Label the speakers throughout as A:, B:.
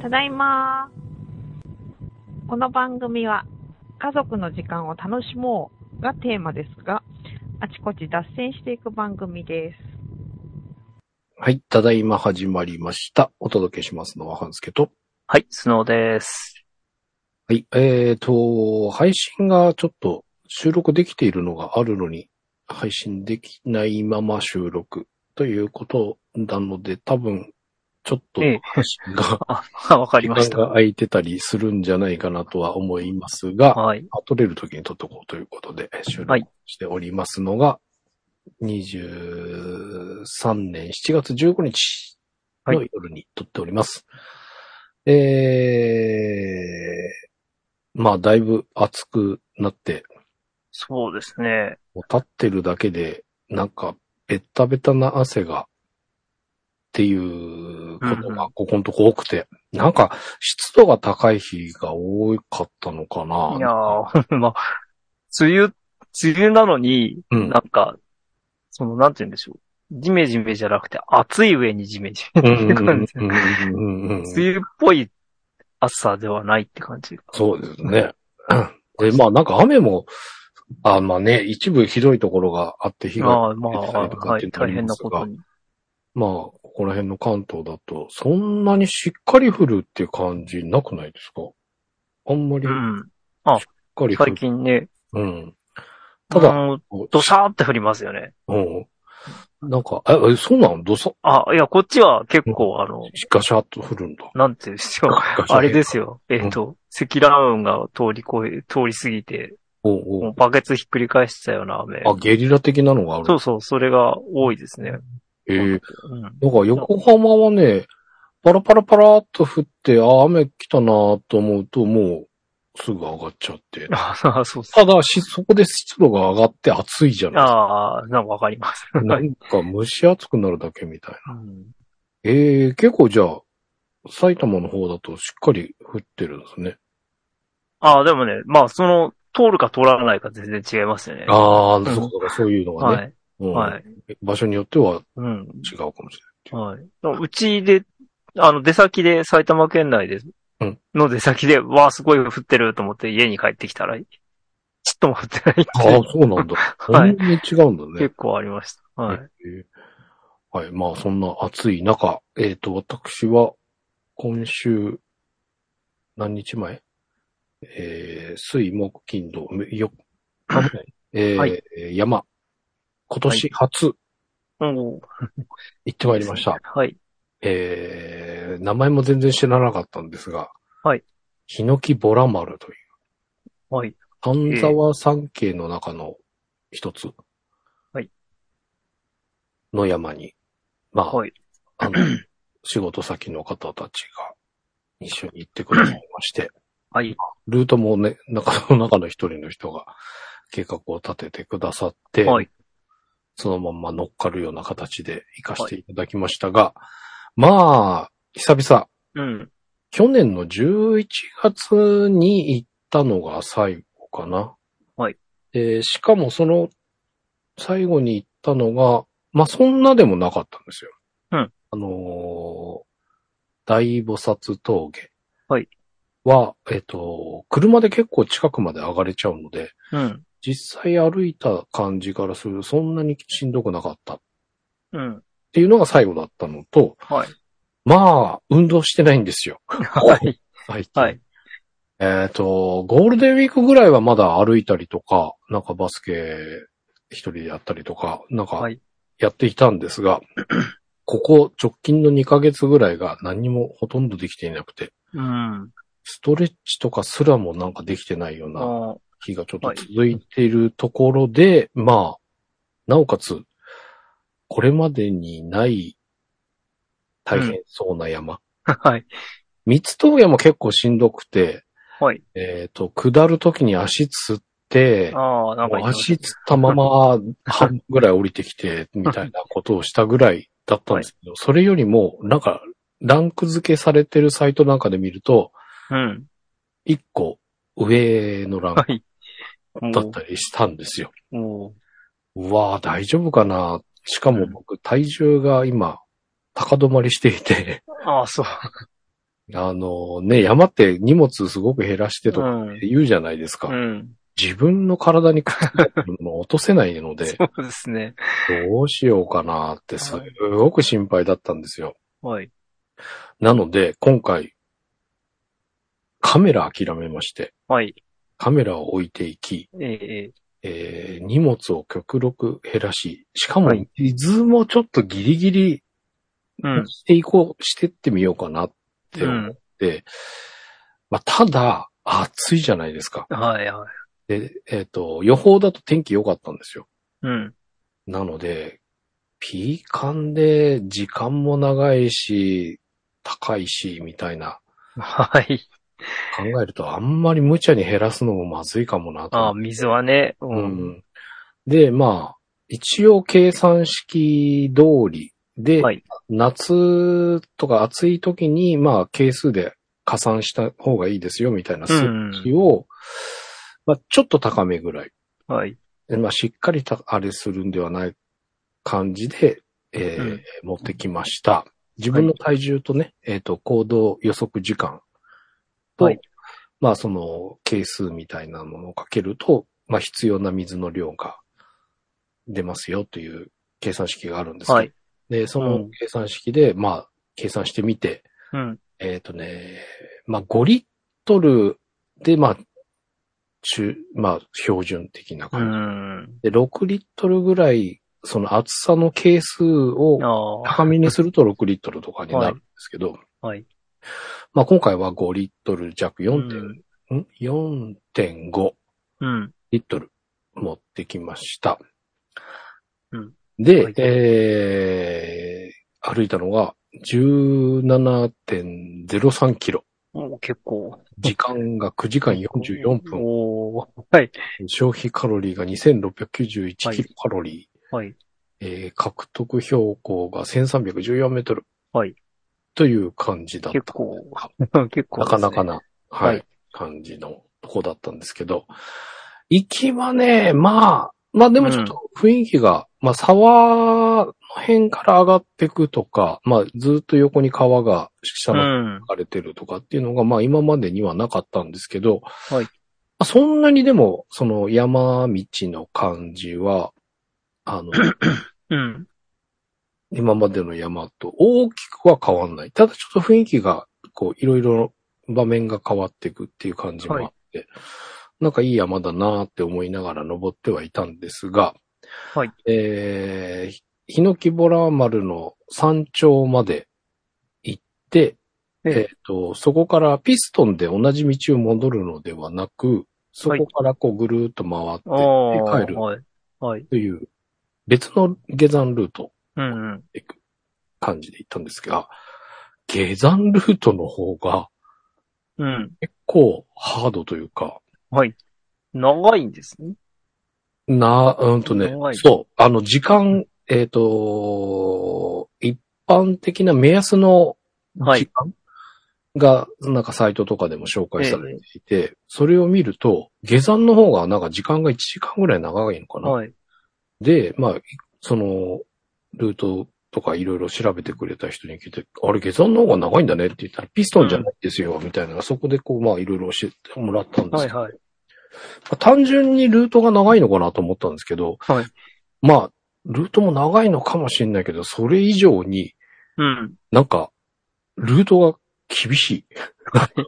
A: ただいま。この番組は、家族の時間を楽しもうがテーマですが、あちこち脱線していく番組です。
B: はい、ただいま始まりました。お届けしますのは半助と。
C: はい、スノーです。
B: はい、えーと、配信がちょっと収録できているのがあるのに、配信できないまま収録ということなので、多分、ちょっと
C: ええ
B: 配信が、
C: あ、わかりまし
B: 時間が
C: た。
B: 空いてたりするんじゃないかなとは思いますが、
C: はい。
B: 取れる時に撮っとこうということで、収
C: は
B: 録
C: い
B: しておりますのが、23年7月15日の夜に撮っております。えー、まあ、だいぶ暑くなって、
C: そうですね。
B: もう立ってるだけで、なんか、ベッタベタな汗が、っていうこと
C: うんう
B: が、ここのとこ多くて、なんか、湿度が高い日が多かったのかな。
C: いやー、 まあ、梅雨、梅雨なのに、
B: うん
C: なんか、その、なんて言うんでしょう。ジメジメじゃなくて、暑い上にジメジメ
B: う
C: っ
B: ん
C: て
B: うんう
C: 感
B: ん
C: じ。
B: うんうんうん
C: 梅雨っぽい暑さではないって感じが。
B: そうですね。で、まあなんか雨も、あまあね、一部ひどいところがあって被害、
C: まあま
B: 出た
C: あ、
B: りとかっ
C: は
B: てい
C: い、
B: うのあ
C: 大
B: り
C: 変
B: ま
C: な
B: すが
C: ことに。
B: まあ、ここら辺の関東だと、そんなにしっかり降るっていう感じなくないですかあんまり
C: う
B: しっ
C: ん。
B: かり降る。
C: 最近ね、
B: うん。ただ
C: あの、ドシャーって降りますよね。
B: うん。なんか、え、えそうなのどさ、
C: あ、いや、こっちは結構、あの、
B: ガシャッと降るんだ。
C: なんて言うんでしょう。
B: ガシャ
C: あれですよ。えっ、と、積乱雲が通り越え、通り過ぎて、
B: おうお
C: も
B: う
C: うバケツひっくり返したような雨。
B: あ、ゲリラ的なのがある。
C: そうそう、それが多いですね。
B: えー
C: うん。
B: なんか横浜はね、パラパラパラっと降って、あ、雨来たなと思うと、もうすぐ上がっちゃって。
C: あそうそう。
B: ただし、そこで湿度が上がって暑いじゃない
C: ああ、なんかわかります。
B: ですか。なんか蒸し暑くなるだけみたいな。
C: うん
B: ええ結構じゃあ、埼玉の方だとしっかり降ってるんですね。
C: ああ、でもね、まあ、その、通るか通らないか全然違いますよね。
B: ああ、
C: ん
B: そうか、そういうのがね、
C: はい、
B: うん
C: はい。
B: 場所によっては
C: うん。
B: 違うかもし
C: はい。うちで、あの、出先で、埼玉県内で
B: うん、
C: の出先で、わあ、すごい降ってると思って家に帰ってきたら、ちっとも降ってないって
B: れない。ああ、そうなんだ。こん な
C: は
B: いに違うんだね。
C: 結構ありました。はい。
B: えーはい。まあ、そんな暑い中、えっ、と、私は、今週、何日前えー、水、木、金、土、よ、えー
C: はい
B: 山、今年初、
C: おー
B: 行ってまいりました。
C: はい。
B: えー、名前も全然知らなかったんですが、
C: はい。
B: ヒノキボラ丸という、
C: はい。
B: 丹沢山系の中の一つ、
C: はい。
B: の山に、まあ、
C: はい。
B: あ の、仕事先の方たちが一緒に行ってくださいまして、
C: はい。
B: ルートもね、中の中の一人の人が計画を立ててくださって、
C: はい。
B: そのまんま乗っかるような形で行かせていただきましたが、まあ、久々、
C: うん。
B: 去年の11月に行ったのが最後かな。
C: はい。
B: で、しかもその最後に行ったのが、まあそんなでもなかったんですよ。
C: うん。
B: あのー大菩薩峠。
C: はい。
B: は、えっ、と、車で結構近くまで上がれちゃうので、
C: うん。
B: 実際歩いた感じからするとそんなにしんどくなかったっ
C: うん。
B: ていうのが最後だったのと、
C: はい。
B: まあ、運動してないんですよ。
C: はい。
B: 最近
C: はい。
B: えっ、と、ゴールデンウィークぐらいはまだ歩いたりとか、なんかバスケ一人でやったりとか、なんか
C: はい
B: やっていたんです が、ここ直近の2ヶ月ぐらいが何もほとんどできていなくて、
C: うん。
B: ストレッチとかすらもなんかできてないような
C: あ
B: 日がちょっと続いているところで、まあ、なおかつ、これまでにない大変そうな山。
C: ーはい。
B: 三つ峠も結構しんどくて、
C: はい。
B: えっ、と、下るときに足つって、
C: ああ、なんか言ってました
B: 足つったまま半分ぐらい降りてき て、みたいなことをしたぐらいだったんですけど、それよりも、なんか、ランク付けされてるサイトなんかで見ると、
C: うん。
B: 一個上のラン
C: は
B: ク
C: い。
B: だったりしたんですよ。
C: おーお
B: うわあ大丈夫かなしかも僕、体重が今、高止まりしていて、
C: ーああ、そう。
B: あのね、山って荷物すごく減らしてとか
C: うん。
B: 言うじゃないですか。
C: うん。
B: 自分の体にくっついてくるのを落とせないので、
C: そうですね。
B: どうしようかなってすごく心配だったんですよ。
C: はい。
B: なので、今回、カメラ諦めまして、
C: はい。
B: カメラを置いていき、
C: ええ
B: えー荷物を極力減らし、しかも
C: はい、
B: 伊豆もちょっとギリギリ
C: うん。
B: していこう、してってみようかなって思って、まあ、ただ、暑いじゃないですか。
C: はいはい。
B: で、えっ、と、予報だと天気良かったんですよ。
C: うん。
B: なので、ピーカンで時間も長いし、高いし、みたいな、
C: はい。
B: 考えるとあんまり無茶に減らすのもまずいかもなと。
C: ああ、水はね、う。
B: うんん。で、まあ、一応計算式通りで、
C: はい
B: 夏とか暑い時に、まあ、係数で加算した方がいいですよ、みたいな数値を、まあ、ちょっと高めぐらい。
C: はい。
B: でまあ、しっかりた、あれするんではない感じで、えー
C: うん
B: 持ってきました。自分の体重とね、えっ、と、行動予測時間と、
C: はい
B: まあ、その、係数みたいなものをかけると、まあ、必要な水の量が出ますよという計算式があるんですけど、
C: はい。
B: で、そうの
C: ん
B: 計算式で、まあ、計算してみて、
C: うん。
B: えっ、とね、まあ、5リットルで、まあ、中、まあ、標準的な
C: う
B: 感じ。
C: ん。
B: で、6リットルぐらい、その厚さの係数を
C: ああ。
B: 高めにすると6リットルとかになるんですけど、
C: はい。
B: まあ今回は5リットル弱
C: う
B: 4点、
C: ん。
B: ん、4.5
C: うん。
B: リットル持ってきました。
C: うん
B: で、
C: はい
B: えー、歩いたのが17.03キロ。
C: お結構。
B: 時間が9時間44分。
C: おー はい。
B: 消費カロリーが2691キロカロリー。
C: はい。
B: えー獲得標高が1314メートル。
C: はい。
B: という感じだった。
C: 結構。結構、
B: なかなか。な、はい、
C: はい
B: 感じのとこだったんですけど、行きはね、まあ、まあでもちょっと雰囲気が、まあ沢の辺から上がってくとか、まあずっと横に川が
C: う
B: 下の
C: ん。
B: 流れてるとかっていうのが、まあ今までにはなかったんですけど、
C: はい
B: まあそんなにでも、その山道の感じは、あ の、
C: うん。
B: 今までの山と大きくは変わんない。ただちょっと雰囲気が、こう、いろいろ場面が変わっていくっていう感じもあって、なんかいい山だなーって思いながら登ってはいたんですが、
C: はい。
B: えー、ヒノキボラ丸の山頂まで行って、
C: え
B: え
C: え
B: っと、そこからピストンで同じ道を戻るのではなく、そこからこうぐるーっと回って、
C: ああ。
B: で帰る
C: はい。はい。
B: という別の下山ルート
C: うんうん。
B: 感じで行ったんですが、下山ルートの方が
C: うん。
B: 結構ハードというか、
C: 長いんですね。
B: な、うんとね
C: 長、い
B: そう、あの時間、えっ、と、一般的な目安の
C: はい
B: 時間が、なんかサイトとかでも紹介されていて、それを見ると、下山の方がなんか時間が1時間ぐらい長いのかな。
C: はい。
B: で、まあ、その、ルートとかいろいろ調べてくれた人に聞いて、あれ、下山の方が長いんだねって言ったら、ピストンじゃないですよ、みたいな、そこでこう、まあ、いろいろ教えてもらったんです
C: はい
B: けど、
C: はい。
B: まあ単純にルートが長いのかなと思ったんですけど、
C: はい
B: まあ、ルートも長いのかもしれないけど、それ以上に
C: うん。
B: なんか、ルートが厳 しい。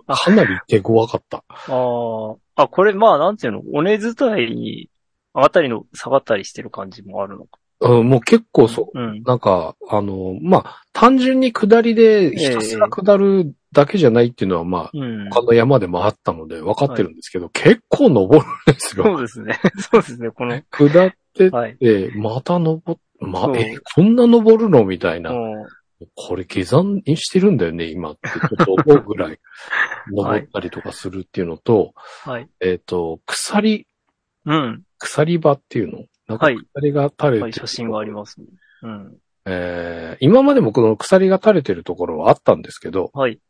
B: かなり手強かった。
C: ああ。あ、これ、まあ、なんていうの、尾根伝いに、上がったりの、下がったりしてる感じもあるのか。
B: うん、もう結構そう、
C: うん。
B: なんか、あの、まあ、単純に下りでひたすら下るだけじゃないっていうのは、まあ、
C: うん。
B: 他の山でもあったので分かってるんですけど、結構登るんですよ。
C: そうですね。 そうですね。この、
B: 下ってっ
C: はい。
B: て、また登っ、ま
C: そ、う
B: え、こんな登るのみたいな。
C: も
B: これ下山してるんだよね、今ってちょっと思うぐ らい登ったりとかするっていうのと、
C: う、はい。
B: えっ、と、鎖、
C: うん。
B: 鎖場っていうのなんか
C: はい
B: 鎖が垂れてる、
C: はい、写真がありますね。うん。
B: えー今までもこの鎖が垂れてるところはあったんですけど、
C: はい。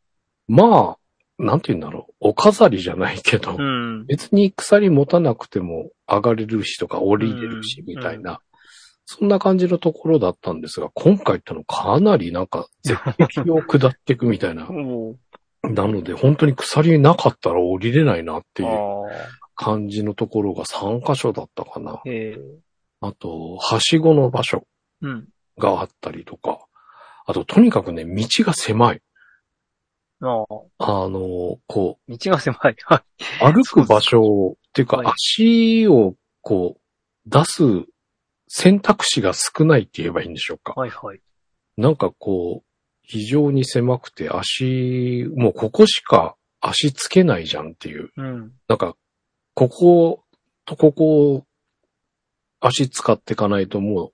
B: まあ、なんて言うんだろう、お飾りじゃないけど、
C: うん。
B: 別に鎖持たなくても上がれるしとか降りれるし
C: うん
B: みたいな、そんな感じのところだったんですが、今回行ったのかなりなんか絶壁を下っていくみたいな、
C: も
B: なので、本当に鎖なかったら降りれないなっていう
C: あ
B: 感じのところが3箇所だったかな。
C: あ、ええ
B: あと、はしごの場所
C: うん。
B: があったりとか。あと、とにかくね、道が狭い。
C: ああ、
B: あの、こ、
C: 道が狭い。はいう
B: 歩く場所を、っていうか、
C: はい
B: 足を、こう、出す選択肢が少ないって言えばいいんでしょうか。
C: はいはい。
B: なんかこう、非常に狭くて足、もうここしか足つけないじゃんっていう。
C: うん。
B: なんか、こことここを足使っていかないともう、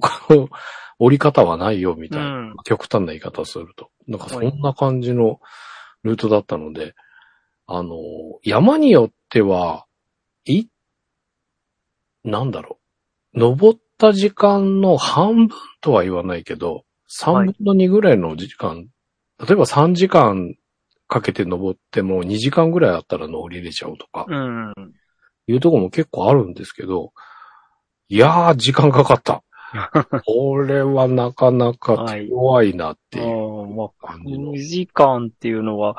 B: 他の 折り方はないよみたいな、
C: うん
B: 極端な言い方をすると。なんかそ
C: はい
B: んな感じのルートだったので、あの、山によっては、い、なんだろう。登った時間の半分とは言わないけど、3分の2ぐらいの時間、例えば3時間かけて登っても2時間ぐらいあったら登りれちゃうとか、
C: うん。い
B: いうとこも結構あるんですけど、いやー、時間かか った。これはなかなか手強いなっていう
C: まあ、
B: 感じの。
C: 2時間っていうのは、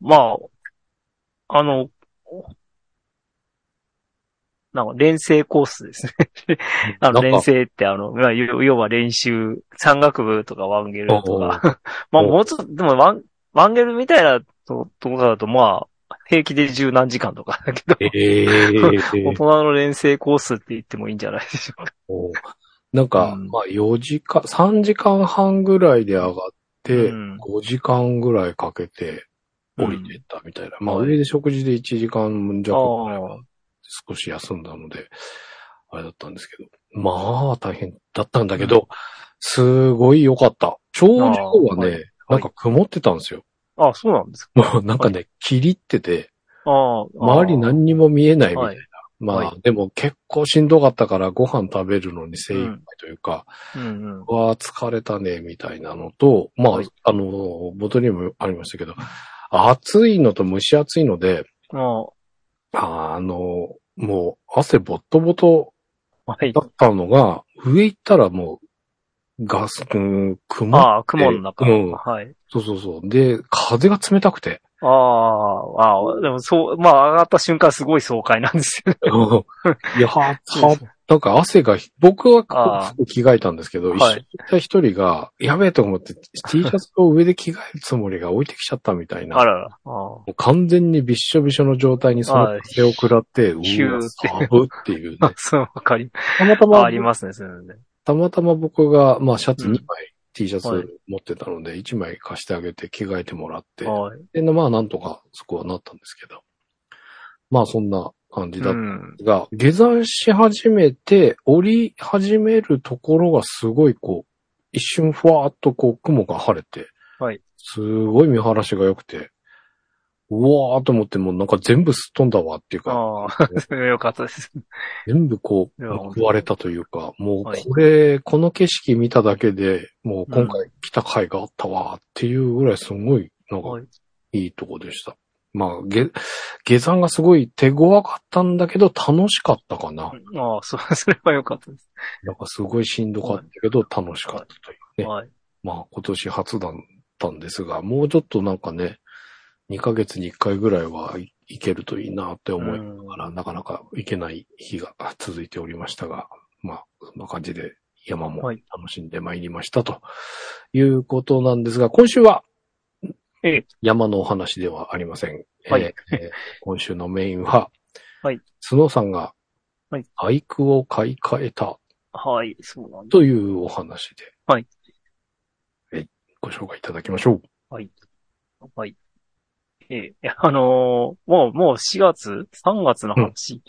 C: まあ、あの、なんか練成コースですね。 あ
B: な
C: の、
B: んか
C: 練成ってあの、まあ要要は練習、山岳部とかワンゲルとか。 まあ、もうちょっと、でもワン、ワンゲルみたいなととこだと、まあ、平気で十何時間とかだけど、
B: え
C: 大
B: ー、
C: 人の練成コースって言ってもいいんじゃないでしょうか。
B: お なんか、
C: うん
B: まあ4時間、3時間半ぐらいで上がって、
C: うん
B: 5時間ぐらいかけて降りてったみたいな。まあ上で食事で1時間弱ぐらい
C: あ
B: は少し休んだので、あれだったんですけど。まあ大変だったんだけど、すごい良かった。頂上は
C: あーは
B: ね、
C: い
B: なんか曇ってたんですよ。
C: あ、そうなんですか。
B: もうなんかね、霧ってて、
C: ああ。
B: 周り何にも見えないみたいな。
C: はい
B: まあ、
C: は
B: でも結構しんどかったからご飯食べるのに精一杯というか、
C: うんうん。
B: うわあ、疲れたね、みたいなのと、まあ、
C: はい
B: あの、冒頭にもありましたけど、暑いのと蒸し暑いので、
C: あ
B: あーあの、もう汗ボットボト
C: あ、はい
B: だ。ったのが、上行ったらもう、ガス、うん、雲。
C: ああ、雲の中。
B: うん
C: はい。
B: そうそうそう。で、風が冷たくて、
C: ああ、ああ、でもそう、まあ上がった瞬間すごい爽快なんです よ。
B: いや、はなんか汗が、僕はこう
C: あ
B: 服着替えたんですけど、
C: はい
B: 一緒に行った一人が、やべえと思って、T シャツを上で着替えるつもりが置いてきちゃったみたいな
C: あ。らら。ああ
B: もう完全にびっしょびしょの状態にその風を食らって、う
C: ヒ
B: ー
C: ューって
B: サブっていうね。
C: あ、 そう、わかり、
B: たまた
C: あ
B: ま、
C: ありますね、そういうのね。
B: たまたま僕が、まあシャツ2
C: うん
B: 枚、T シャ
C: はい
B: ツ持ってたので、1枚貸してあげて着替えてもらって、
C: はい。
B: で、まあなんとかそこはなったんですけど。まあそんな感じだ
C: う
B: った。
C: ん。
B: が、下山し始めて、降り始めるところがすごいこう、一瞬ふわーっとこう雲が晴れて、
C: はい
B: すごい見晴らしが良くて、うわーと思ってもうなんか全部すっ飛んだわっていうか、
C: あ あ、よかったです。
B: 全部こう
C: いや、
B: 報われたというか、もう
C: はい
B: これ、この景色見ただけで、もう今回来た回があったわっていうぐらいすごい、なんか
C: はい。
B: いいとこでした。まあ、下、下山がすごい手強かったんだけど、楽しかったかな。
C: ああ、そう、 それはよかったです。
B: なんかすごいしんどかったけど、楽しかったというね。
C: はい。
B: まあ、今年初だったんですが、もうちょっとなんかね、2ヶ月に1回ぐらいはい行けるといいなって思い
C: うん
B: だから、なかなか行けない日が続いておりましたが、まあ、そんな感じで山も
C: はい
B: 楽しんでまいりましたということなんですが、今週は
C: ええ
B: 山のお話ではありません。
C: はい
B: えーえー今週のメインは、
C: はい
B: スノーさんが
C: はい
B: 俳句を買い替えた
C: はい、そうなんだ。
B: というお話で、
C: はい
B: はいご紹介いただきましょう。
C: はい。はい。ええ、いやあのーもう、もう4月 ?3 月の話。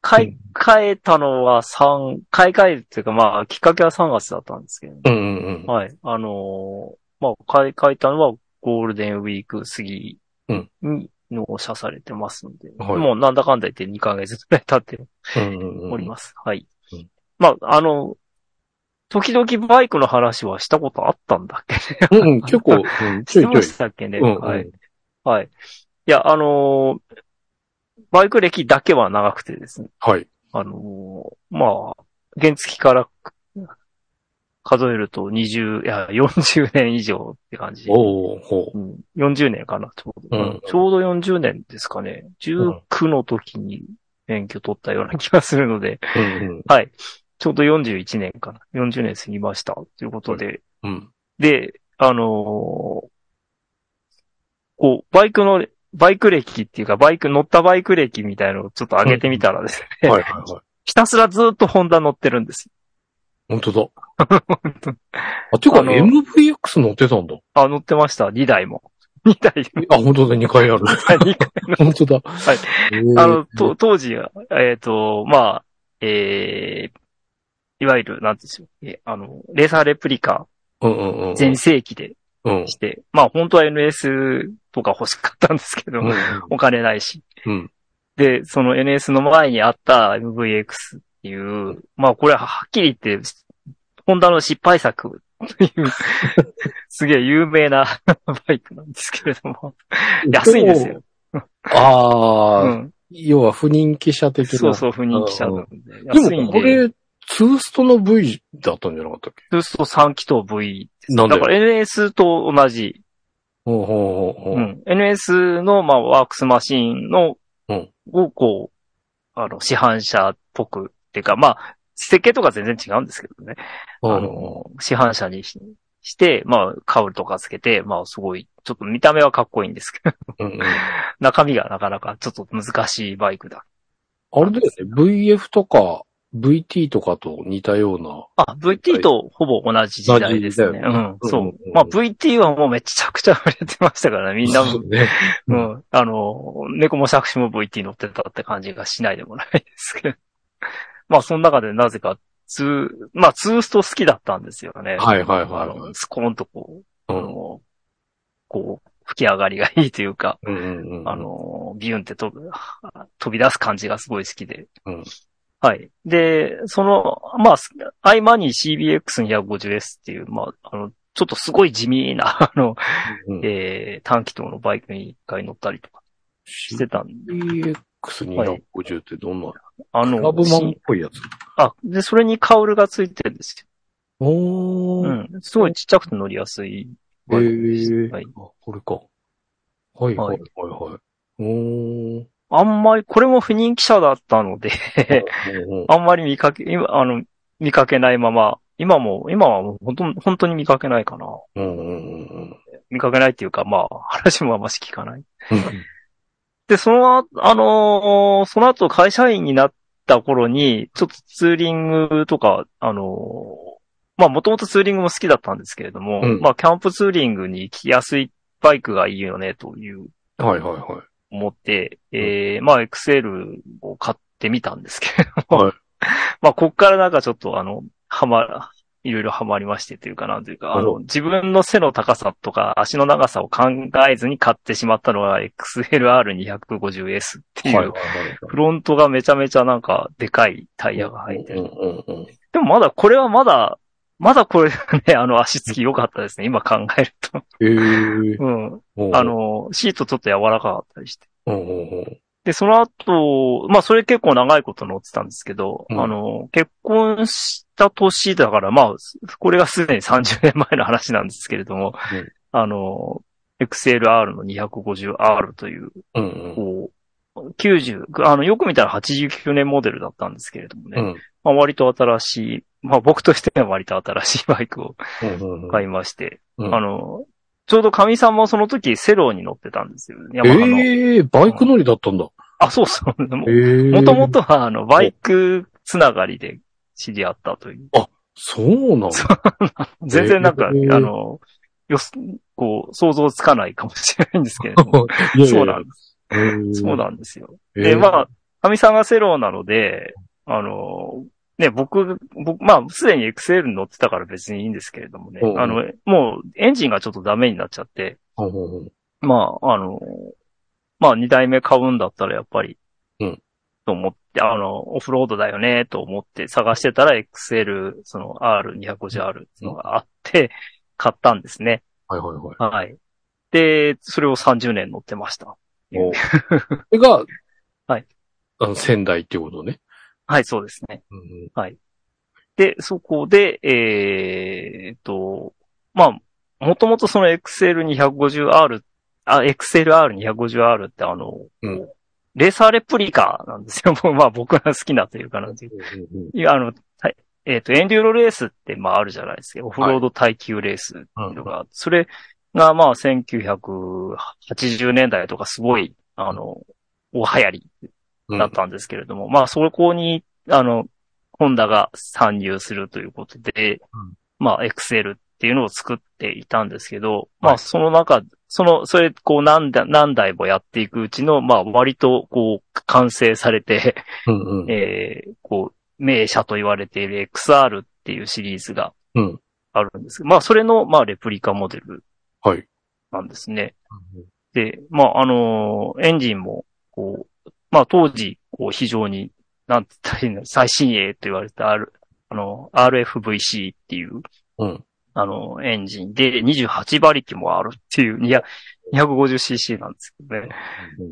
C: 買い替えたのは3、買い替えるっていうか、まあ、きっかけは3月だったんですけどね、
B: うんうんうん。
C: はい。あのーまあ、買い替えたのはゴールデンウィーク過ぎ
B: うん
C: に納車されてますので、
B: はい
C: もうなんだかんだ言って2ヶ月くらい経って
B: うんうんうん
C: おります。はい。
B: うん
C: まあ、あの、時々バイクの話はしたことあったんだっ け
B: うんうん、結構、 うんち
C: し
B: ょいち
C: て
B: ょ
C: ま
B: い。
C: したっけね。
B: うんうん
C: はい。はい。いや、あのーバイク歴だけは長くてですね。
B: はい。
C: あのーまあ、原付から、数えると20、いや、40年以上って感じ。
B: おー、ほ
C: うん、40年かな、ちょうど、
B: うん
C: ちょうど40年ですかね。19の時に免許取ったような気がするので、
B: う。うん、
C: はい。ちょうど41年かな。40年過ぎました。ということで。
B: うん。 うん。
C: で、あのーこう、バイクの、バイク歴っていうか、バイク、乗ったバイク歴みたいのをちょっと上げてみたらですね、
B: はいはいはい。
C: ひたすらずっとホンダ乗ってるんです。
B: 本 当だ。あ、ていうか、
C: あの
B: MVX 乗ってたんだ。
C: あ、乗ってました。2台も。2台 も。
B: あ、本当だ、2回 ある。
C: 2回
B: 本当だ。
C: はい
B: えー。
C: あの、と、当時、えっ、と、まあ、えー、いわゆる、なんていうんですよ。え、あの、レーサーレプリカ、
B: うんうんうん。
C: 全盛期で
B: うん。
C: して、まあ、本当は NS とか欲しかったんですけど、
B: うん
C: お金ないし。
B: うん
C: で、その NS の前にあった MVX っていう、まあ、これははっきり言って、ホンダの失敗作という、 すげえ有名なバイクなんですけれども、安いんですよ。
B: あ
C: う
B: あ、
C: ん、
B: 要は不人気者的な。
C: そうそう、不人気者なんで。安
B: で
C: いん
B: も
C: で。
B: これ、ツーストの V だったんじゃなかったっけ
C: トゥースト3気筒 V です。
B: なんで
C: だから NS と同じ。
B: ほうほうほうほう。
C: うん。NS の、まあ、ワークスマシーンの、
B: うん
C: をこう、あの、市販車っぽく、っていうか、まあ、設計とか全然違うんですけどね。
B: うん
C: あの、市販車にしして、まあ、カウルとかつけて、まあ、すごい、ちょっと見た目はかっこいいんですけど、
B: う んうん
C: 中身がなかなかちょっと難しいバイクだ。
B: あれだよね、VF とか VT とかと似たような。
C: あ、VT とほぼ同じ時代です
B: 同
C: ね。
B: じだ
C: う
B: よ
C: ん、そ
B: うんう
C: うん
B: うん。
C: まあ、VT はもうめちゃくちゃ売れてましたからね、みんなも
B: そうね。
C: う
B: うん
C: ん。あの、猫も作詞も VT 乗ってたって感じがしないでもないですけど。 まあ、その中でなぜか、ツー、まあ、ツースト好きだったんですよね。
B: はいはい
C: あ
B: はいはい
C: の、。スコーンとこう、
B: う
C: あ
B: ん
C: の、こう、吹き上がりがいいというか、
B: うんうんうん。
C: あ、の、ビュンって飛ぶ、飛び出す感じがすごい好きで。
B: うん
C: はい。で、その、まあ、す合間に CBX250S っていう、まあ、あの、ちょっとすごい地味な、あの、
B: うん、
C: えー短気筒のバイクに一回乗ったりとかしてたんで
B: CX250 ってどんな、
C: あ
B: クラ
C: の
B: ブ、マンっ
C: し
B: ぽいやつ。
C: あ、で、それにカウルがついてるんです
B: お
C: よ。う
B: ー。
C: ん。すごいちっちゃくて乗りやすい。
B: えー。
C: はい
B: あ、これか。はいはいはいはい。おー。
C: あんまり、これも不人気者だったので、
B: うんうん
C: あんまり見かけ、今、あの、見かけないまま、今も、今はもう本当本当に見かけないかな。
B: うんうんうん
C: 見かけないっていうか、まあ、話もあんまし聞かない。
B: うん。
C: で、その後、あのーその後会社員になった頃に、ちょっとツーリングとか、あのーまあもともとツーリングも好きだったんですけれども、
B: うん
C: まあキャンプツーリングに行きやすいバイクがいいよねという
B: はいはいはい。
C: 思って、えー、まあ XL を買ってみたんですけれども、
B: はい
C: まあこっからなんかちょっとあの、はま、いろいろハマりましてというかなんというか、あ
B: う
C: の、自分の背の高さとか足の長さを考えずに買ってしまったのが XLR250S っていう、
B: はいはいはい。
C: フロントがめちゃめちゃなんかでかいタイヤが入って
B: う
C: る。
B: んうんうんうん。
C: でもまだ、これはまだ、まだこれね、あの足つき良かったですね、今考えると。
B: ええ
C: うん。
B: ー。
C: あ、の、シートちょっと柔らかかったりして。
B: うんうんうん。
C: で、その後、まあそれ結構長いこと乗ってたんですけど、
B: うん
C: あの、結婚した年だから、まあ、これがすでに30年前の話なんですけれども、
B: うん
C: あの、XLR の 250R という、
B: うんうん。
C: こう、90、あの、よく見たら89年モデルだったんですけれども
B: う
C: ね、
B: ん
C: まあ、割と新しい、まあ僕としては割と新しい バイクを
B: うんうん。
C: 買いまして、
B: うん
C: あの、ちょうど神さんもその時セローに乗ってたんですよ、ね。ヤマハの。
B: ええー、バイク乗りだったんだ。
C: あ、そうそう。も
B: ええー。
C: もとも。とはあの、バイクつながりで知り合ったという。
B: そうなんだ。
C: 全然なんか、
B: えー
C: あの、よす、こう、想像つかないかもしれないんですけれども。
B: いやいやいや
C: そうなんです。
B: えー
C: そうなんですよ。
B: え
C: で、
B: ー
C: まあ、神さんがセローなので、あの、ね、僕、僕、まあ、すでに XL に乗ってたから別にいいんですけれどもね
B: うんう、ん
C: あの、もうエンジンがちょっとダメになっちゃって、
B: うんうんうん
C: まあ、あの、まあ、二台目買うんだったらやっぱり、
B: うん
C: と思って、あの、オフロードだよね、と思って探してたら XL、その R250R っていうのがあって、買ったんですね。
B: はいはいはい。
C: はい。で、それを30年乗ってました。
B: おそれが、
C: はい。
B: あの、仙台っていうことね。
C: はい、そうですね。
B: うんうん
C: で、そこで、えーっと、まあ、もともとその XL250R、あ、XLR250R ってあの、
B: うん
C: レーサーレプリカなんですよ。 もうまあ僕が好きなというかなんていうかいや、あの、はいえっ、と、エンデューロレースって、まああるじゃないですか。オフロード耐久レースっていうのが、それがまあ1980年代とかすごい、あの、お流行りだったんですけれども、まあそこに、あの、ホンダが参入するということで、
B: ん
C: まあ XL っていうのを作っていたんですけど、まあその中、その、それ、こう何台、何台もやっていくうちの、まあ割と、こう、完成されて、
B: うんうんうん
C: えーこう、名車と言われている XR っていうシリーズが
B: うん
C: あるんですけど、まあ、それの、まあ、レプリカモデル
B: はい。
C: なんですね。で、まあ、あのーエンジンも、こう、まあ、当時、こう、非常に、なんて言ったらいいの、最新鋭と言われた R、あの、RFVC っていう、
B: うん
C: あの、エンジンで28馬力もあるっていう、いや、250cc なんですけどね。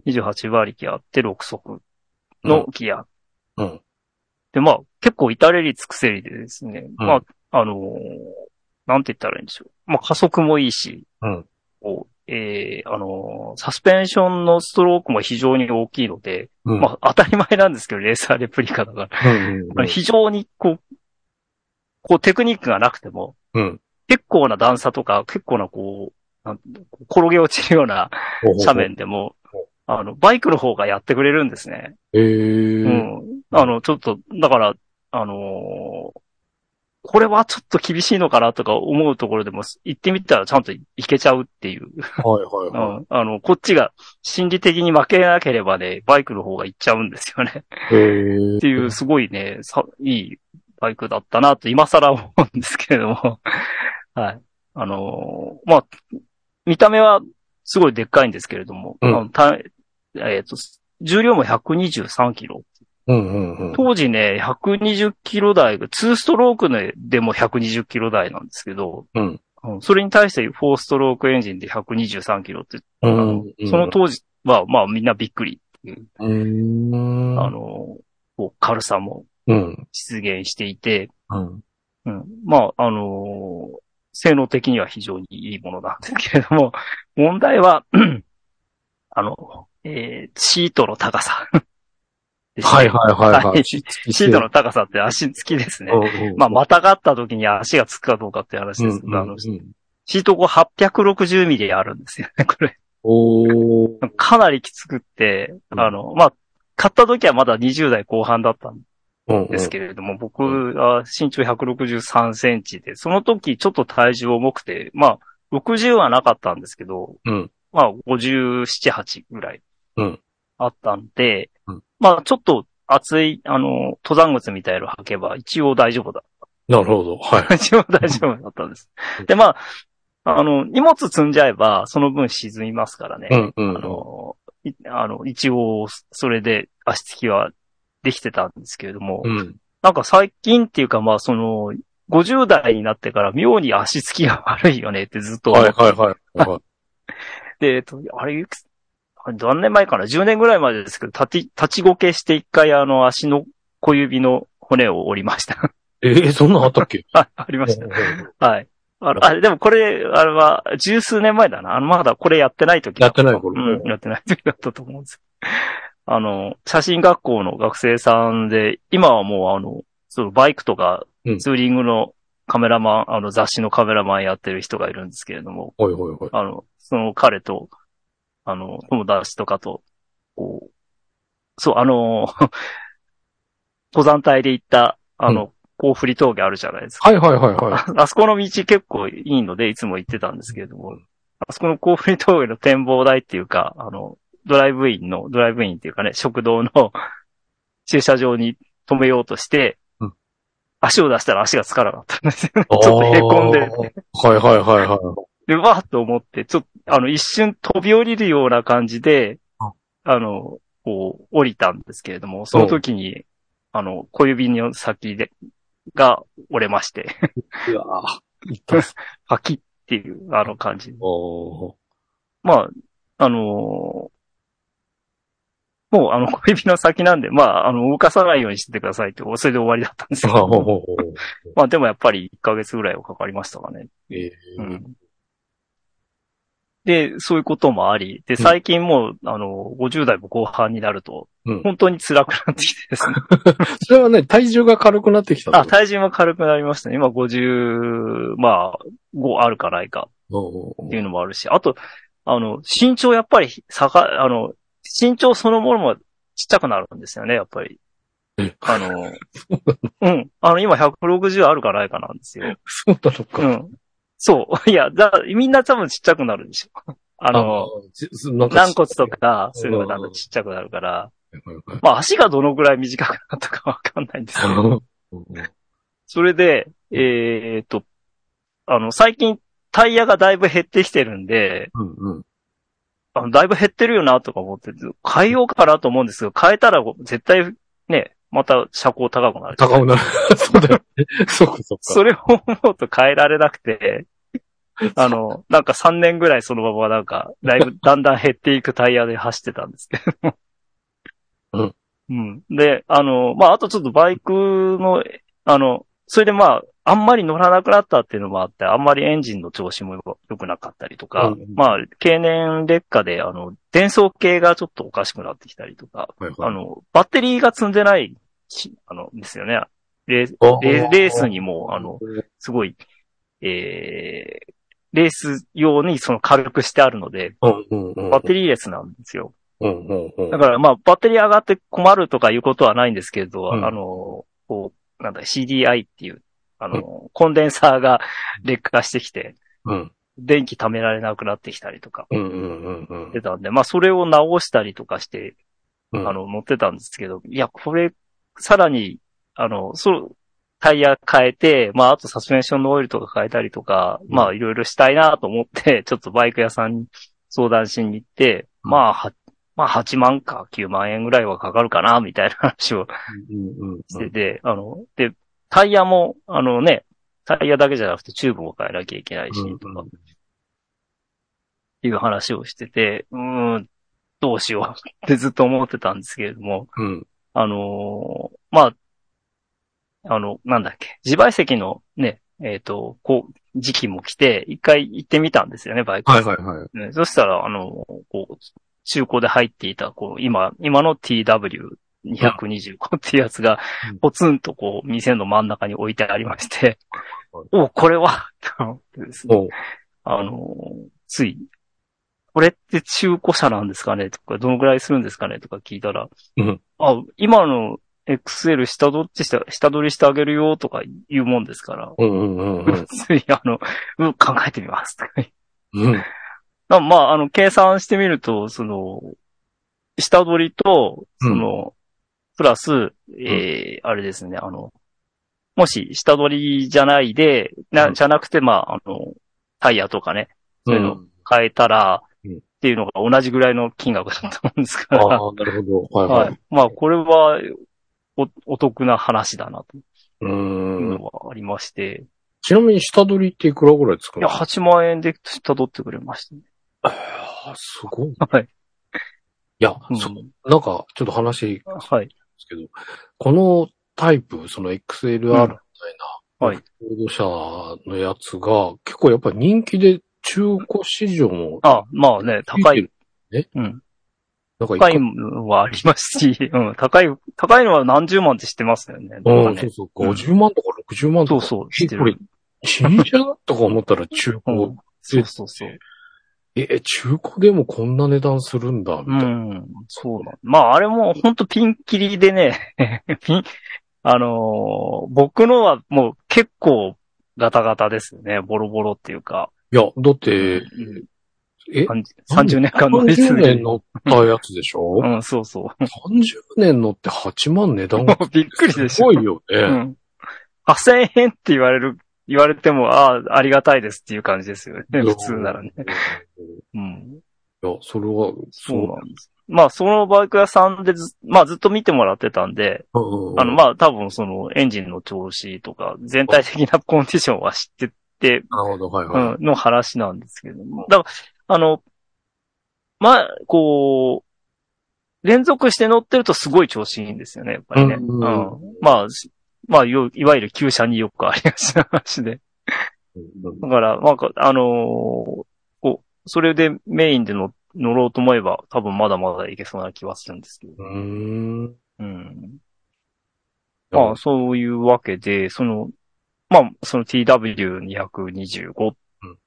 C: 28馬力あって6速のギア。
B: うん
C: で、まあ、結構至れり尽くせりでですね、
B: うん
C: まあ、あのーなんて言ったらいいんでしょう。まあ、加速もいいし、
B: うん
C: こうえーあのーサスペンションのストロークも非常に大きいので、
B: うん
C: まあ、当たり前なんですけど、レーサーレプリカだから、
B: うんうんうん
C: 非常にこう、こうテクニックがなくても、
B: うん
C: 結構な段差とか、結構なこう、なん転げ落ちるような斜面でも、あの、バイクの方がやってくれるんですね。
B: へ
C: う
B: ー
C: ん。あの、ちょっと、だから、あのーこれはちょっと厳しいのかなとか思うところでも、行ってみたらちゃんといけちゃうっていう。
B: はいはいうは
C: ん。あの、こっちが心理的に負けなければね、バイクの方が行っちゃうんですよね。
B: い。へ
C: っていう、すごいね、さ、いいバイクだったなと今更思うんですけれども。 はい。あのーまあ、見た目はすごいでっかいんですけれども、
B: うん
C: あのたえっ、と、重量も123キロ。
B: うんうんうん。
C: 当時ね、120キロ台が、2ストロークのでも120キロ台なんですけど、
B: うん
C: うんそれに対して4ストロークエンジンで123キロって、
B: う
C: あ
B: ん
C: のその当時は、まあみんなびっくり。
B: うん。
C: あのー、こう軽さも
B: うん。
C: 実現していて、
B: うん。
C: うん。まあ、あのー性能的には非常にいいものなんですけれども、 問題は、 あの、えーシートの高さ。ですね
B: はいはいはいは。
C: はいいシートの高さって足つきですね。
B: うんうん
C: まあ、またがった時に足がつくかどうかっていう話
B: うん
C: で
B: う
C: すけど、あ
B: んう
C: の
B: ん、
C: シートこう860ミリあるんですよね、 これ。
B: おー。
C: かなりきつくって、
B: うん
C: あの、まあ、買った時はまだ20代後半だったんで
B: うんうん
C: ですけれども、僕は身長163センチで、その時ちょっと体重重くて、まあ、60はなかったんですけど、
B: うん
C: まあ、57、8ぐらい
B: うん
C: あったんで、
B: うん
C: まあ、ちょっと厚い、あの、登山靴みたいなの履けば、一応大丈夫だ。
B: なるほど。 はい。
C: 一応大丈夫だったんです
B: うん。
C: で、まあ、あの、荷物積んじゃえば、その分沈みますからね。
B: うんうん
C: あの、いあの一応、それで足つきはできてたんですけれども、
B: うん。
C: なんか最近っていうかまあその、50代になってから妙に足つきが悪いよねってずっと思
B: は
C: っ
B: い
C: て、
B: はいはいはい。
C: でえっと、あれ、いくつあれ何年前かな ?10 年ぐらいまでですけど、立ち、立ちごけして一回あの足の小指の骨を折りました。
B: えー、そんなんあったっけ
C: あ、 ありました。はい。あの、あ、でもこれ、あれは、十数年前だな。あの、まだこれやってない時だ
B: やってない頃
C: うん、やってない時だったと思うんですけどあの、写真学校の学生さんで、今はもうあの、そのバイクとか
B: うん、
C: ツーリングのカメラマン、あの、雑誌のカメラマンやってる人がいるんですけれども、
B: はいはいはい。
C: あの、その彼と、あの、友達とかと、こう、そう、あの、 登山隊で行った、あの、甲振峠あるじゃないですか。
B: はいはいはいはい。
C: ああそこの道結構いいので、いつも行ってたんですけれども、あそこの甲府峠の展望台っていうか、あの、ドライブインの、ドライブインっていうかね、食堂の 駐車場に止めようとして、
B: うん
C: 足を出したら足がつかなかったんですよね。ちょっと凹んで、
B: あーはいはいはいは
C: で、わーっと思って、ちょっと、あの、一瞬飛び降りるような感じで
B: あ、
C: あの、こう、降りたんですけれども、その時に、あの、小指の先で、が折れまして、
B: い。うわぁ。痛っす
C: パキっていう、あの感じ。
B: おー
C: まあ、あのーもう、あの、 小指の先なんで、まあ、あの、動かさないようにしててくださいって、それで終わりだったんですけ
B: あほうほ
C: ど。
B: うほう
C: まあ、でもやっぱり1ヶ月ぐらいはかかりましたかね。
B: えー
C: うんで、そういうこともあり、で、最近もう、あの、50代も後半になると
B: うん、
C: 本当に辛くなってきてですね。
B: それはね、体重が軽くなってきた
C: あ、
B: 体
C: 体重も軽くなりましたね。今50、まあ、5あるかないかっていうのもあるし、あと、あの、身長やっぱり、下が、あの、身長そのものもちっちゃくなるんですよね、やっぱり
B: え。
C: あ の、うん。あの、今160あるかないかなんですよ。
B: そうなのか。
C: うん。そう。い や、だ、みんな多分ちっちゃくなるんでしょ。 あの、
B: じなんか
C: 軟骨 とか、そういうのがだんだんちっちゃくなるから、
B: はいはい
C: まあ足がどのぐらい短くなったかわかんないんですけど、それで、えーっと、あの、最近タイヤがだいぶ減ってきてるんで、
B: うんうん
C: あのだいぶ減ってるよなとか思って、変えようかなと思うんですけど、変えたら絶対ね、また車高高くなる。
B: 高尾なる。 そうだよね。そっかそっか。
C: それを思うと変えられなく て、あの、なんか3年ぐらいそのままなんか、だ いぶだんだん減っていくタイヤで走ってたんですけども。うん。で、あの、まあ、あとちょっとバイクの、あの、それでまあ、あんまり乗らなくなったっていうのもあって、あんまりエンジンの調子も良くなかったりとか、
B: うん
C: まあ、経年劣化で、あの、伝送系がちょっとおかしくなってきたりとか、
B: はいはい
C: あの、バッテリーが積んでないし、あの、ですよね。レー
B: あ
C: レーレースにも、あの、すごい、えー、レース用にその軽くしてあるので、
B: うんうんうん。
C: バッテリーレスなんですよ。
B: うんうんうん。
C: だからまあ、バッテリー上がって困るとかいうことはないんですけれど、
B: うん
C: あの、こう、なんだ、CDI っていう、あの、コンデンサーが劣化してきて、
B: うん
C: 電気貯められなくなってきたりとか
B: うんうんうんうん
C: 出たんで、まあ、それを直したりとかして、
B: うん。
C: あの、乗ってたんですけど、いや、これ、さらに、あの、そう、タイヤ変えて、まあ、あとサスペンションのオイルとか変えたりとか、
B: うん
C: まあ、いろいろしたいなと思って、 ちょっとバイク屋さんに相談しに行って、
B: うん
C: まあ、は、まあ、8万か9万円ぐらいはかかるかな、みたいな話を
B: うんうん
C: してて、あの、で、タイヤも、あのね、タイヤだけじゃなくてチューブも変えなきゃいけないし、とか、いう話をしてて、うーん、どうしようってずっと思ってたんですけれども、
B: うん
C: あのーまあ、あの、なんだっけ、自賠責のね、えっ、と、こう、時期も来て、一回行ってみたんですよね、バイク。
B: はいはいはい。
C: ねそしたら、あの、こう、中古で入っていた、こう、今、今の TW225 っていうやつが
B: うん、
C: ポツンとこう、店の真ん中に置いてありまして
B: はい、
C: お、これは、と思ってですね、
B: おう
C: あのーつい、これって中古車なんですかねとか、どのぐらいするんですかねとか聞いたら、
B: うん
C: あ、今の XL 下取ってした、下取りしてあげるよとか言うもんですから、
B: うんうんうんうん。
C: つい、あの、うん、考えてみます。とか言って
B: うん
C: なまあ、あの、計算してみると、その、下取りと、その、プラス、えーあれですね、あの、もし下取りじゃないで、
B: う
C: な、
B: ん
C: じゃなくて、まあ、あの、タイヤとかね、
B: う
C: そういうの
B: ん。
C: 変えたら、
B: うん
C: っていうのが同じぐらいの金額だと思うんですから、
B: ああ、 なるほど。はい
C: は
B: はい。
C: い。まあ、これは、お、お得な話だな、
B: う
C: とい
B: ー。
C: うんのはありまして、
B: ちなみに下取りっていくらぐらいつく
C: いや、
B: の
C: 8万円で下取ってくれましたね。
B: ああ、すごい。い
C: はい。
B: や、
C: うん
B: そなんか、ちょっと話
C: はい。
B: ですけど、このタイプ、その XLR みたいな、
C: うんはい
B: ロード車のやつが、結構やっぱり人気で中古市場も、
C: あ、まあね、高い。。
B: え
C: うん。
B: なんか一
C: 高い
B: 回、
C: のはありま すし、うん、高い、高いのは何十万って知ってますよね。
B: う
C: なん
B: ん、
C: か
B: そ
C: ね
B: うそう、50万とか60万と
C: そう
B: か。
C: そう、知
B: え
C: って
B: これ
C: る。、
B: 新車とか思ったら中
C: う
B: 古
C: ん、そうそうそう。
B: え、中古でもこんな値段するんだ、み
C: う
B: たいな。
C: ん、そうなんまあ、あれも本当ピンキリでね、 ピン、あのー僕のはもう結構ガタガタですよね。ボロボロっていうか。
B: いや、だって、
C: うん
B: え、
C: 30年間乗り
B: 30
C: 続け
B: 年
C: る。
B: 乗ったやつでしょ、
C: うん、そうそう。
B: 30年乗って8万値段が
C: びっくりでし
B: す
C: ょ
B: ご。いよね。
C: うん。8000円って言われる、言われても、ああ、ありがたいですっていう感じですよね。普通ならね。
B: い
C: うん。
B: や、それは、
C: そうなんです。まあ、そのバイク屋さんでず、まあ、ずっと見てもらってたんで、あの、
B: あ、
C: まあ、多分そのエンジンの調子とか、全体的なコンディションは知ってて、
B: なるほど、はいうは
C: ん、の話なんですけども。だから、あの、まあ、こう、連続して乗ってるとすごい調子いいんですよね、やっぱりね。
B: う
C: うんん。まあ、しまあ、よいわゆる旧車によくありがちな話で。だから、なんか、あのーこう、それでメインでの乗ろうと思えば、多分まだまだいけそうな気はするんですけど。
B: うん。
C: うん。まあ、そういうわけで、その、まあ、その TW225 っ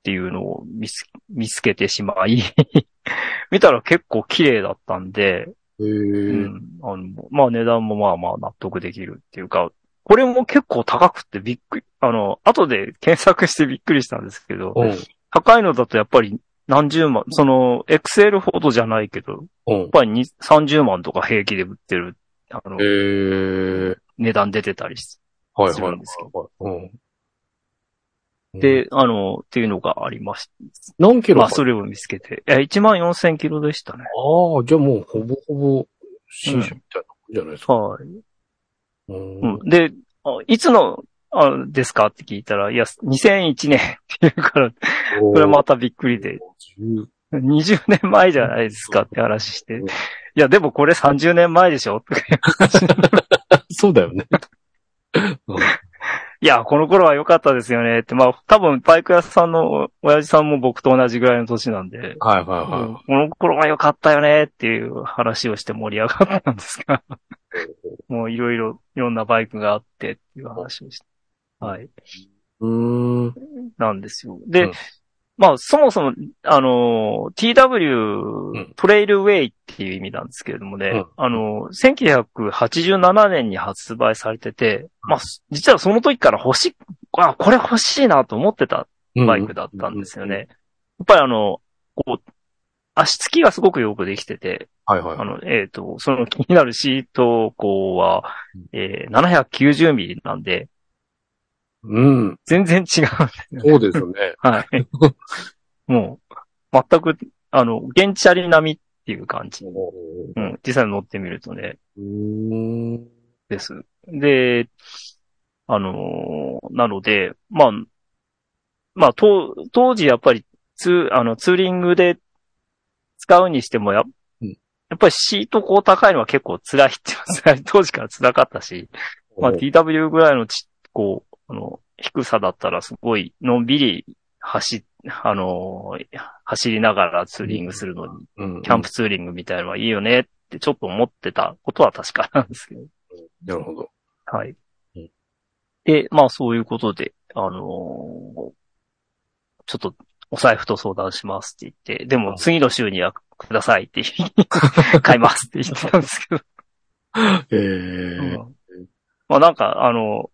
C: ていうのを見つ見つけてしまい、 見たら結構綺麗だったんで、
B: へ
C: う
B: え。
C: ん、あのまあ値段もまあまあ納得できるっていうか、これも結構高くてびっくり、あの、後で検索してびっくりしたんですけど、
B: うん。
C: 高いのだとやっぱり何十万、その、XL ほどじゃないけど、やっ
B: うん。
C: ぱりに30万とか平気で売ってる、あの、
B: へえ。
C: 値段出てたりして
B: はい
C: す
B: は
C: る
B: い
C: んですけ。
B: うん。
C: で、あの、っていうのがありまし
B: 何キ
C: て、
B: ロ
C: まあ、
B: か
C: それを見つけて、え、1万4000キロでしたね。
B: ああ、じゃあもうほぼほぼ新車みたいなもんじゃないですか。
C: はい。
B: う
C: うんん。で、あいつの、あですかって聞いたら、いや、2001年 っていうから、
B: こ
C: それまたびっくりで、
B: 10
C: 20年前じゃないですかって話して、いや、でもこれ30年前でしょとか
B: そうだよね。
C: いや、この頃は良かったですよねって、まあ、多分バイク屋さんの親父さんも僕と同じぐらいの年なんで、
B: はいはい
C: うん
B: は
C: この頃は良かったよねっていう話をして盛り上がったんですが、もういろいろ、いろんなバイクがあってっていう話をして、はい。
B: い。うーん。
C: なんですよ。
B: う
C: で
B: ん、
C: まあ、そもそも、あのー、
B: ん
C: TW トレイルウェイっていう意味なんですけれども
B: う
C: ね
B: ん、
C: あのー、1987年に発売されてて、まあ、す実はその時から欲しい、あ、これ欲しいなと思ってたバイクだったんですよね。やっぱりあの、こう、足つきがすごくよくできてて、
B: うん。はいはい
C: あ。の、えっ、と、その気になるシートこうは、えー790ミリなんで、
B: うん。
C: 全然違うんですよ。
B: そうですよね。
C: はい。 もう、全く、あの、現地あり並みっていう感じ。うん、実際に乗ってみるとね、
B: うーん。
C: です。で、あのーなので、まあ、まあ、当当時やっぱりツー、あの、ツーリングで使うにしてもや、
B: うん
C: やっぱりシートこう高いのは結構辛いっていうのは辛い、当時から辛かったし、まあ、TW ぐらいのち、こう、あの、低さだったらすごい、のんびり走っ、あのー走りながらツーリングするのに、
B: うん
C: キャンプ。ツーリングみたいなのはいいよねってちょっと思ってたことは確かなんですけど。
B: なるほど。
C: はい
B: うん。
C: で、まあそういうことで、あのーちょっとお財布と相談しますって言って、で
B: う
C: も
B: ん
C: 次の週にはくださいって言い買いますって言ってたんですけど。
B: ええ
C: うんまあなんか、あの、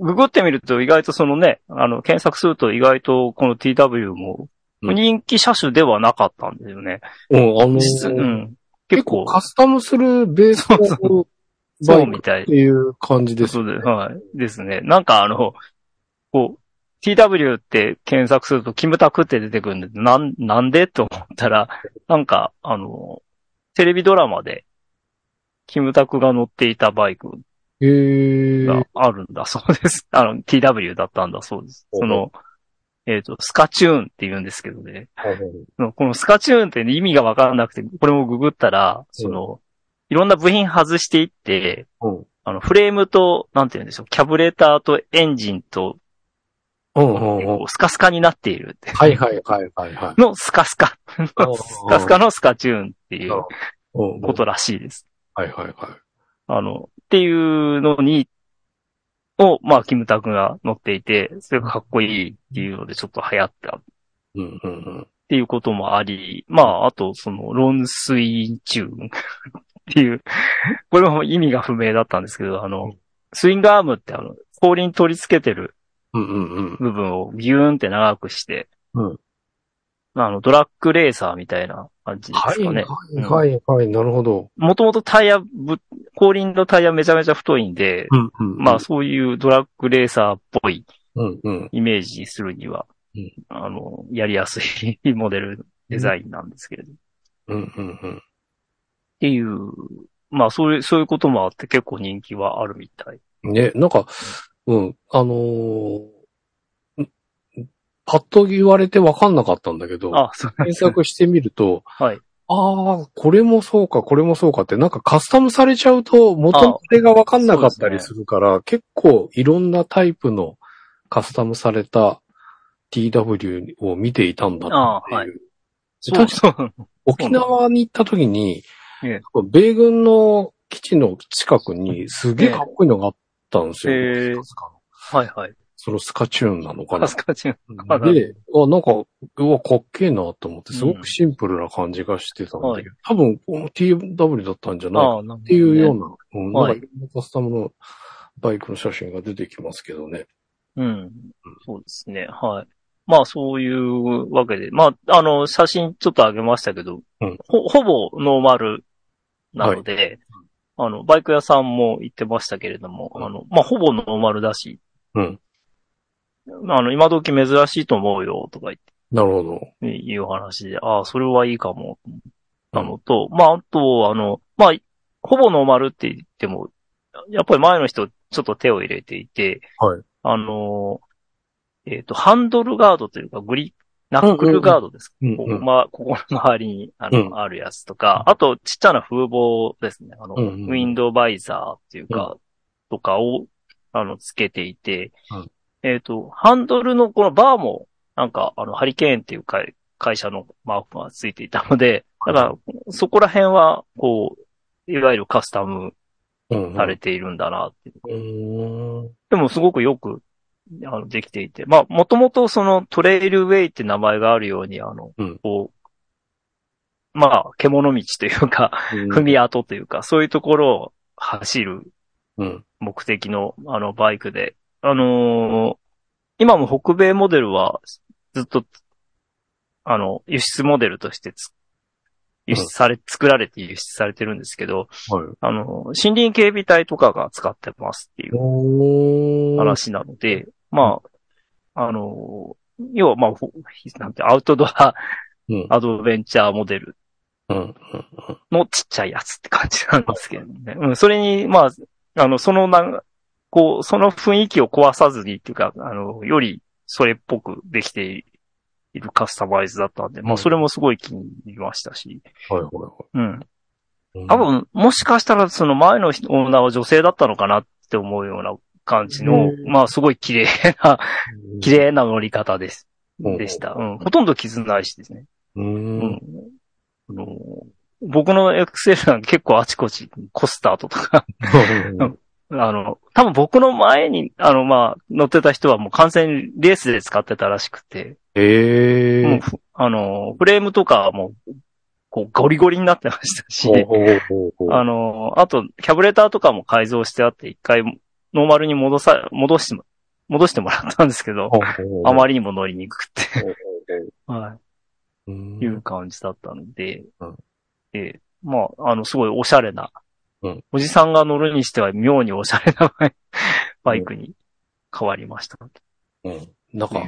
C: ググってみると意外とそのね、あの、検索すると意外とこの TW も
B: うん
C: 人気車種ではなかったんですよね。
B: うん、あの
C: 実う
B: ー、
C: ん、
B: 結
C: 結
B: 構
C: 構、
B: カスタムするベースのバ
C: そ
B: イ
C: う
B: ク
C: み
B: った
C: い
B: て。いう感じです
C: そ
B: よね。
C: うで、はい。ですね。なんかあの、こう、TW って検索するとキムタクって出てくるんで、なん、なんでと思ったら、なんか、あの、テレビドラマで、キムタクが乗っていたバイク
B: へえ。
C: があるんだそうです。 あの、TW だったんだそうです。
B: ほう
C: その、えっ、と、スカチューンって言うんですけどね。
B: はいはい
C: このスカチューンって意味がわからなくて、これもググったら、その、いろんな部品外していって、
B: うん
C: あの、フレームと、なんて言うんでしょう、キャブレーターとエンジンと、
B: うんうんうん
C: こうスカスカになっているって。
B: はいはいはいはいはい。
C: のスカスカ。ス
B: あー
C: カスカのスカチューンってい
B: なる
C: う
B: ほうん
C: ことらしいです。
B: はいはいはい。
C: あの、っていうのに、を、まあ、キムタクが乗っていて、それがかっこいいっていうのでちょっと流行ったっ
B: うんうんうん。
C: ていうこともあり、まあ、あと、その、論水チューンっていう、 これも意味が不明だったんですけど、あ
B: う
C: の、スイングアームってあの、後輪取り付けてる
B: うんうん
C: 部分をギューンって長くして、
B: うん
C: あの、ドラッグレーサーみたいな感
B: うん。
C: じで
B: は
C: す
B: い
C: かね。
B: はいはいはい、なるほど。
C: もともとタイヤぶ、後輪のタイヤめちゃめちゃ太いんで、
B: うんうん
C: まあ、そういうドラッグレーサーっぽい
B: うんうん。
C: イメージにするには、
B: うん
C: あの、やりやすいモデルデザインなんですけれど。っ
B: うんうんうん。
C: ていう、まあ、そういう、そういうこともあって結構人気はあるみたい。
B: ね、なんか、うん、あのーんパッと言われてわかんなかったんだけど、
C: あ、そうなん
B: 検
C: ですね。
B: 索してみると、
C: はい
B: ああ、これもそうか、これもそうかって、なんかカスタムされちゃうと元の手がわかんなかったりするから、結構いろんなタイプのカスタムされた TW を見ていたんだっていう。
C: あーはい
B: で確か
C: そう。
B: 沖縄に行った時に
C: ええ、
B: 米軍の基地の近くにすげえかっこいいのがあったんですよ。
C: ええ
B: スカスカの
C: はいはい。
B: そのスカチューンなのかな
C: カスカチュン。カだ
B: で、あ、なんか、うわ、かっけえなと思って、すごくシンプルな感じがしてたんだけど、多分、この TW だったんじゃないか
C: ああ、なんか、ね。
B: っていうような、うん、なん
C: は
B: か
C: い
B: いろんなカスタムのバイクの写真が出てきますけどね。
C: うん。そうですね。はい。まあ、そういうわけで。まあ、あの、写真ちょっと上げましたけど、
B: うん
C: ほ、ほぼノーマルなので、あの、バイク屋さんも行ってましたけれども、
B: うん
C: あの、まあ、ほぼノーマルだし、
B: うん。
C: あの、今時珍しいと思うよ、とか言
B: なるほど。
C: って、いう話で、ああ、それはいいかも、なのと、まあ、あと、あの、まあ、ほぼノーマルって言っても、やっぱり前の人、ちょっと手を入れていて、
B: はい
C: あの、えっ、と、ハンドルガードというか、グリ、ナックルガードです。
B: うん、
C: こ
B: う。
C: うんまあ、ここの周りに、あ
B: う
C: の、
B: ん
C: あるやつとか、あと、ちっちゃな風防ですね。あの、
B: うんうん
C: ウィンドウバイザーっていうか、とかを、あの、つけていて、
B: うん
C: えっ、と、ハンドルのこのバーも、なんか、あの、ハリケーンっていう会会社のマークがついていたので、だから、そこら辺は、こう、いわゆるカスタム
B: うん、
C: されているんだなっていう。
B: うん。
C: でもすごくよく、あの、できていて。まあ、もともとそのトレイルウェイって名前があるように、あの、
B: うん
C: こう、まあ、獣道というか、踏み跡というか、そういうところを走る
B: うん。
C: 目的の、あの、バイクで。あのー今も北米モデルは、ずっと、あの、輸出モデルとしてつ輸出され、作られて輸出されてるんですけど、
B: はい。
C: あの、森林警備隊とかが使ってますっていう
B: おー。
C: 話なので、まあ、あの、要はまあ、ほなんて、アウトドア
B: うん。
C: アドベンチャーモデル
B: うん。うん。
C: のちっちゃいやつって感じなんですけどね。うん、それに、まあ、あの、そのな、こう、その雰囲気を壊さずにっていうか、あの、よりそれっぽくできているカスタマイズだったんで、
B: う
C: まあ、
B: ん
C: それもすごい気に入りましたし、
B: はい、はい、は
C: うん。
B: い。
C: 多分、もしかしたらその前の人女は女性だったのかなって思うような感じの、
B: うん
C: まあ、すごい綺麗な、
B: うん、
C: 綺麗な乗り方です。
B: うん
C: でした。うん。ほとんど傷ないしですね。
B: う。
C: うんん。あの僕の XL なんか結構あちこちコスタートとか、あの、多分僕の前に、あの、まあ、乗ってた人はもう完全にレースで使ってたらしくて、
B: え
C: もう
B: え。
C: ふあの、フレームとかはもう、こうゴリゴリになってましたし、
B: ほうほうほうほう。
C: あの、あと、キャブレターとかも改造してあって、一回ノーマルに戻さ、戻しても、戻してもらったんですけど、あまりにも乗りにくくて、
B: り。ほう
C: は
B: ほう
C: い。
B: ほううん
C: いう感じだったので、
B: うん
C: で、まあ、あの、すごいおしゃれな、
B: うん
C: おじさんが乗るにしては妙におしゃれなバイバイクに変わりました。
B: うん。なん
C: と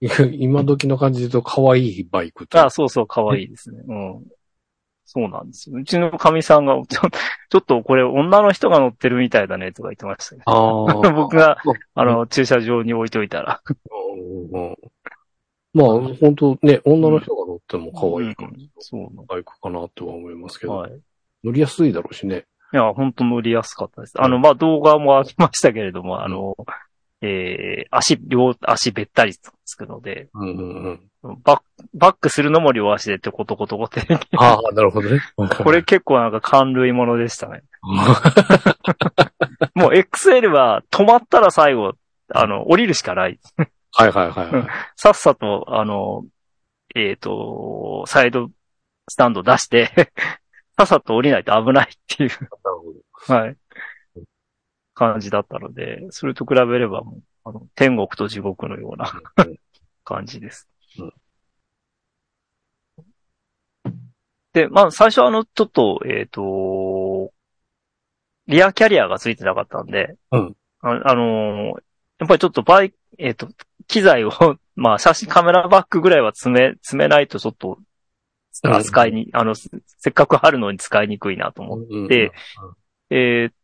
C: い
B: か、
C: う
B: 今時の感じで言うと、可愛いバイクと。
C: あそうそう、可愛いですね。うん。そうなんですよ。うちの神さんが、 ちょちょっとこれ女の人が乗ってるみたいだねとか言ってましたね。
B: あ ー
C: 僕が、
B: そう
C: あの、駐車場に置いといたら。
B: うんうんうんまあ、本当ね、女の人が乗っても可愛い感じ
C: うんそうな
B: のバイクかなとは思いますけ
C: の。
B: ど、
C: はい。
B: 乗りやすいだろうしね。
C: いや、本当乗りやすかったです。あの、まあ、動画もありましたけれども、あの、えー、足、両足べったりつくので、
B: うんうんうん。
C: バック、バックするのも両足でってことこ とこって、
B: ああ、なるほ どね。
C: これ結構なんか感類ものでしたね。
B: あ
C: もう XL は止まったら最後、あの、降りるしかない。
B: ーはいはいはいはい。
C: さっさと、あの、えっ、と、サイドスタンド出して、 さっさと降りないと危ないっていう
B: なるほど。
C: はい。感じだったので、それと比べればもう、あの、天国と地獄のような感じです。
B: うん
C: で、まあ、最初はあの、ちょっと、えっ、と、リアキャリアがついてなかったんで、
B: うん
C: ああのーやっぱりちょっとバイク、えっ、と、機材を、 まあ、写真、カメラバッグぐらいは詰め、詰めないとちょっと、扱いに、あの、せっかくあるのに使いにくいなと思って
B: うん
C: で、えーっ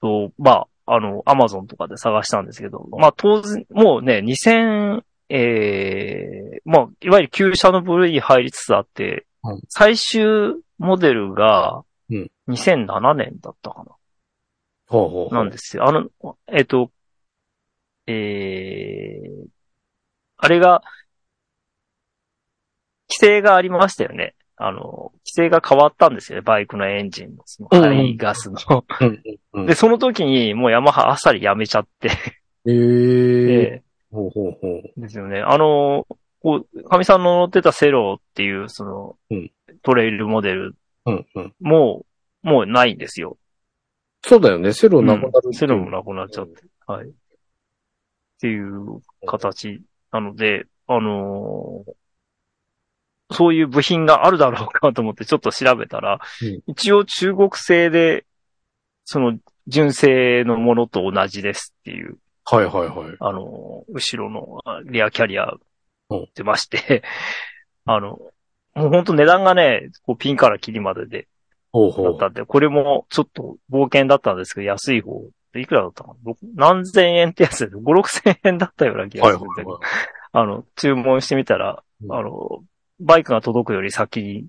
C: と、まあ、あの、アマゾンとかで探したんですけど、まあ当然、もうね、2000、ええまあ、いわゆる旧車の部類に入りつつあって、
B: うん
C: 最終モデルが
B: うん、
C: 2007年だったか
B: ほうほうほう。
C: な、なんですよ。あの、えっ、と、えー、あれが、規制がありましたよね。あの、規制が変わったんですよね。バイクのエンジンの、その、
B: うんうん
C: 排ガスの。
B: うんうんうん
C: で、その時に、もうヤマハあっさりやめちゃって、
B: ええ
C: で
B: ほうほうほう。
C: ですよね。あの、こう、神さんの乗ってたセローっていう、その、
B: うん
C: トレイルモデル
B: うんうん。
C: もう、もうないんですよ。
B: そうだよね。セロなくなる、
C: うんセロもなくなっちゃって。はい。っていう形なので、あのーそういう部品があるだろうかと思ってちょっと調べたら、
B: うん
C: 一応中国製で、その、純正のものと同じですっていう
B: はいはいはい。
C: あの、後ろのあリアキャリア
B: うん
C: 出まして、あの、もうほんと値段がね、こうピンからキリまでで、
B: ほう
C: だ
B: ほう
C: っ。たんで、これもちょっと冒険だったんですけど、安い方、いくらだったかなろ何千円ってやつで、5、6千円だったような気が
B: はい
C: するんだ
B: は
C: け
B: い
C: ど、
B: は
C: あの、注文してみたら、
B: うん
C: あの、バイクが届くより先に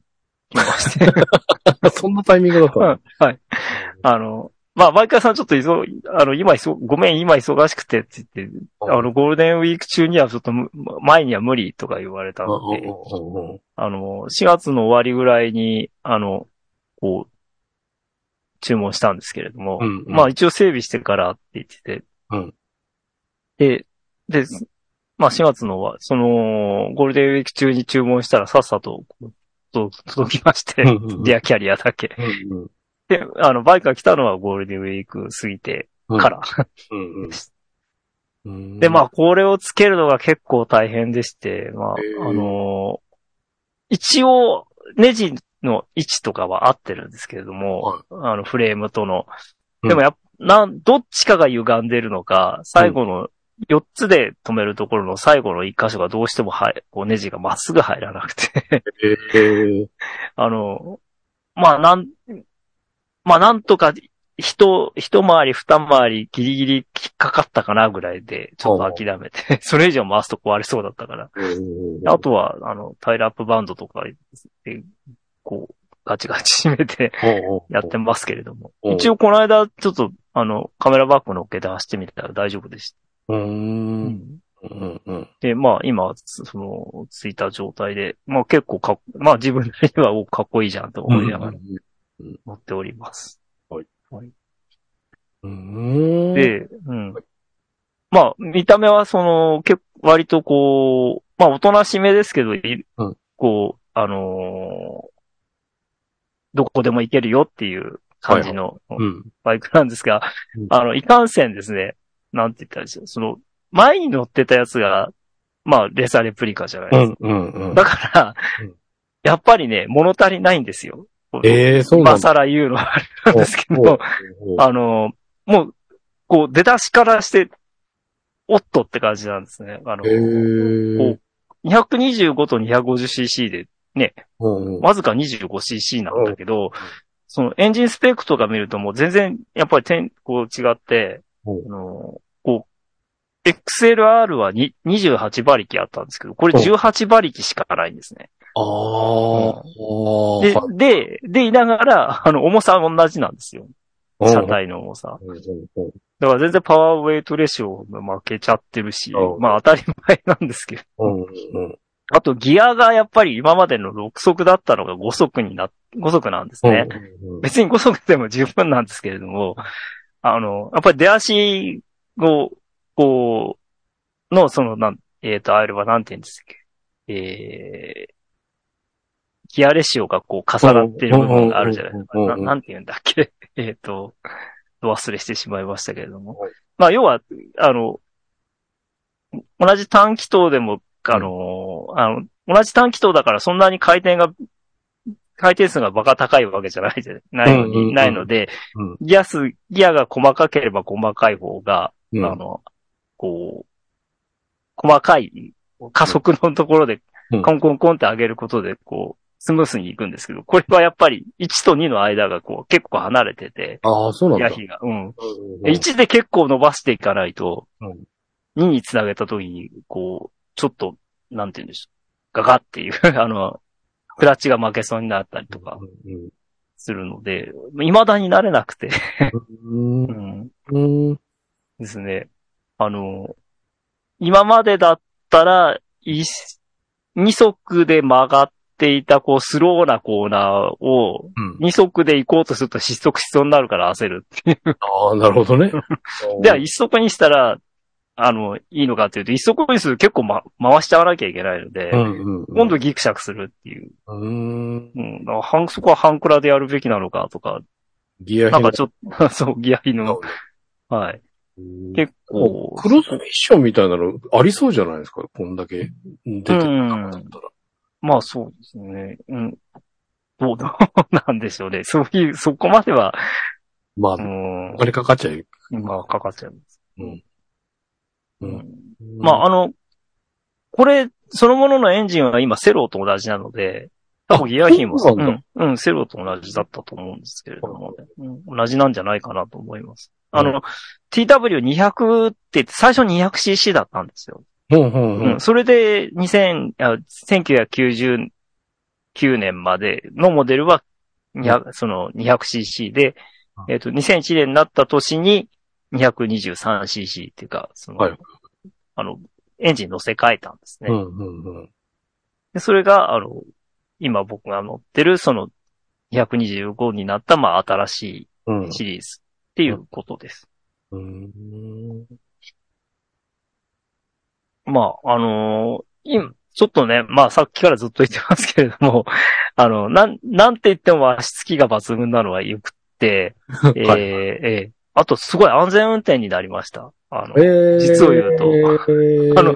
C: 来まして、
B: い。そんなタイミングだった
C: う
B: の
C: ん はい。あの、まあ、バイカーさんちょっといそ、あの、今いそ、ごめん、今忙しくてって言って、
B: うん
C: あの、ゴールデンウィーク中にはちょっとむ、前には無理とか言われたので、
B: うんうんうんうん
C: あの、4月の終わりぐらいに、あの、こう、注文したんですけれども、
B: うんうん
C: まあ一応整備してからって言ってて、
B: うん
C: で、で、まあ4月のは、その、ゴールデンウィーク中に注文したらさっさと、と届きまして、
B: うん うんうん
C: リアキャリアだけ。
B: うんうん
C: で、あの、バイクが来たのはゴールデンウィーク過ぎて
B: うん
C: から。
B: うんうん。
C: で、まあ、これをつけるのが結構大変でして、まあ
B: へえ、
C: あのー一応、ネジの位置とかは合ってるんですけれども、あの、フレームとの。
B: うん
C: でもやっぱ、なん、どっちかが歪んでるのか、最後の、4つで止めるところの最後の1箇所がどうしてもはい、こうネジがまっすぐ入らなくて、
B: えー、
C: あの、まあ、なん、まあ、なんとか、一、一回り、二回り、ギリギリ引っかかったかなぐらいで、ちょっと諦めて、 それ以上回すと壊れそうだったから。あとは、あの、タイルアップバンドとかで、こう、ガチガチ締めて やってますけれども。
B: おう
C: 一応、この間、ちょっと、あの、カメラバッグ乗っけて走ってみたら大丈夫でした。
B: うーん。うんうん。
C: で、まあ、今、そその、ついた状態で、まあ、結構かっ、まあ、自分なりには、おかっこいいじゃんと思いながら乗っております。
B: うん。
C: で、うん。まあ、見た目はその、結構割とこう、まあ、おとなしめですけど、い
B: うん
C: こう、あのーどこでも行けるよっていう感じの
B: うん。
C: バイクなんですが、
B: うん
C: あの、いかんせんですね、なんて言ったらいいんですよ。その、前に乗ってたやつが、まあ、レーサーレプリカじゃないで
B: う
C: すか。
B: んうんうん。
C: だから、
B: うん
C: やっぱりね、物足りないんですよ。
B: えー、そうな
C: 今
B: んだ。
C: 更言うのはあれなんですけど、
B: あ、
C: あの、もう、こう、出だしからして、おっとって感じなんですね。あの、
B: えー。
C: 225と 250cc で、
B: うん
C: わずか 25cc なんだけど、そのエンジンスペックとか見るともう全然、やっぱり点、こう違って、
B: うん
C: あの、こう、XLR はに28馬力あったんですけど、これ18馬力しかないんですね。
B: ああー。
C: で
B: は、
C: で、で、いながら、あの、重さは同じなんですよ。
B: い
C: 車。体の重さ。
B: うんうんうん
C: だから全然パワーウェイトレシオも負けちゃってるし
B: う、ん
C: まあ当たり前なんですけど。
B: うんうん
C: あとギアがやっぱり今までの6速だったのが5速にな、5速なんです
B: うん。
C: ね。
B: うん
C: 別に5速でも十分なんですけれども、あの、やっぱり出足を、こう、の、その、なん、えっ、と、あれはなんて言うんですっけ。えー、ギアレシオがこう重なってる部分があるじゃないですか。
B: うんうんうんう
C: な
B: んうん
C: なんて言うんだっけ。 えっと、ど忘れしてしまいましたけれども
B: はい。
C: まあ、要は、あの、同じ短気筒でも、あの、あの、同じ短気筒だからそんなに回転が、回転数がバカ高いわけじゃないじゃないの
B: うんうんうん
C: に、ないので
B: うん、
C: ギア数、ギアが細かければ細かい方が、
B: うん
C: あの、こう、細かい加速のところで
B: うん、
C: コンコンコンって上げることで、こう、スムースに行くんですけど、これはやっぱり1と2の間がこう、結構離れてて、
B: ああ、そうなん
C: ヤ
B: だ。
C: ヒが。うん。
B: うん
C: 1で結構伸ばしていかないと、
B: うん
C: 2につ なげた時に、こう、ちょっと、なんて言うんでしょう。ガガっていう、あの、プラチが負けそうになったりとか
B: うん
C: するので、未だになれなくて。
B: うん
C: う。ん。
B: うん。
C: ですね。あの、今までだったら、い二足で曲がっていた、こう、スローなコーナーを、
B: うん。
C: 二足で行こうとすると失速しそうになるから焦るっていう。
B: ああ、なるほどね。
C: では、一足にしたら、あの、いいのかっていうと、一足にすると結構、ま、回しちゃわなきゃいけないので、
B: うんうんうん、
C: 今度ギクシャクするっていう。
B: うん。
C: うん。だからハンそこは半クラでやるべきなのかとか、
B: ギア
C: なんか
B: 変
C: ちょっと、 そう、ギアヒの、はい。結構、
B: クロスフィッションみたいなのありそうじゃないですか、こんだけ出てるんだったら。
C: まあそうですね。うん。どう、どう なんでしょうね。そういう、そこまでは、
B: まあ、
C: うん
B: お、金かかっちゃう。
C: 今かかっちゃいます。
B: う。
C: うんん、まあ
B: あ、
C: あの、これ、そのもののエンジンは今セロと同じなので、多分ギアヒも
B: そう
C: う
B: なんだ
C: ん、うん、セロと同じだったと思うんですけれども、うん同じなんじゃないかなと思います。あの、
B: う
C: TW200 って言って最初 200cc だったんですよ。
B: うんうんう
C: うんん、。それで2000あ、1999年までのモデルは200、その 200cc で、
B: うん
C: えっ、と、2001年になった年に 223cc っていうか、その、
B: はい
C: あの、エンジン乗せ替えたんですね。
B: うんうんうん。
C: でそれが、あの、今僕が乗ってる、その、225になった、まあ、新し
B: うん
C: いシリーズっていうことです。
B: うん。
C: まあ、あのー今、ちょっとね、まあさっきからずっと言ってますけれども、 あの、なん、なんて言っても足つきが抜群なのは良くって、えー
B: はい
C: えーあとすごい安全運転になりました。あの、
B: え
C: 実を言うと
B: と
C: あの、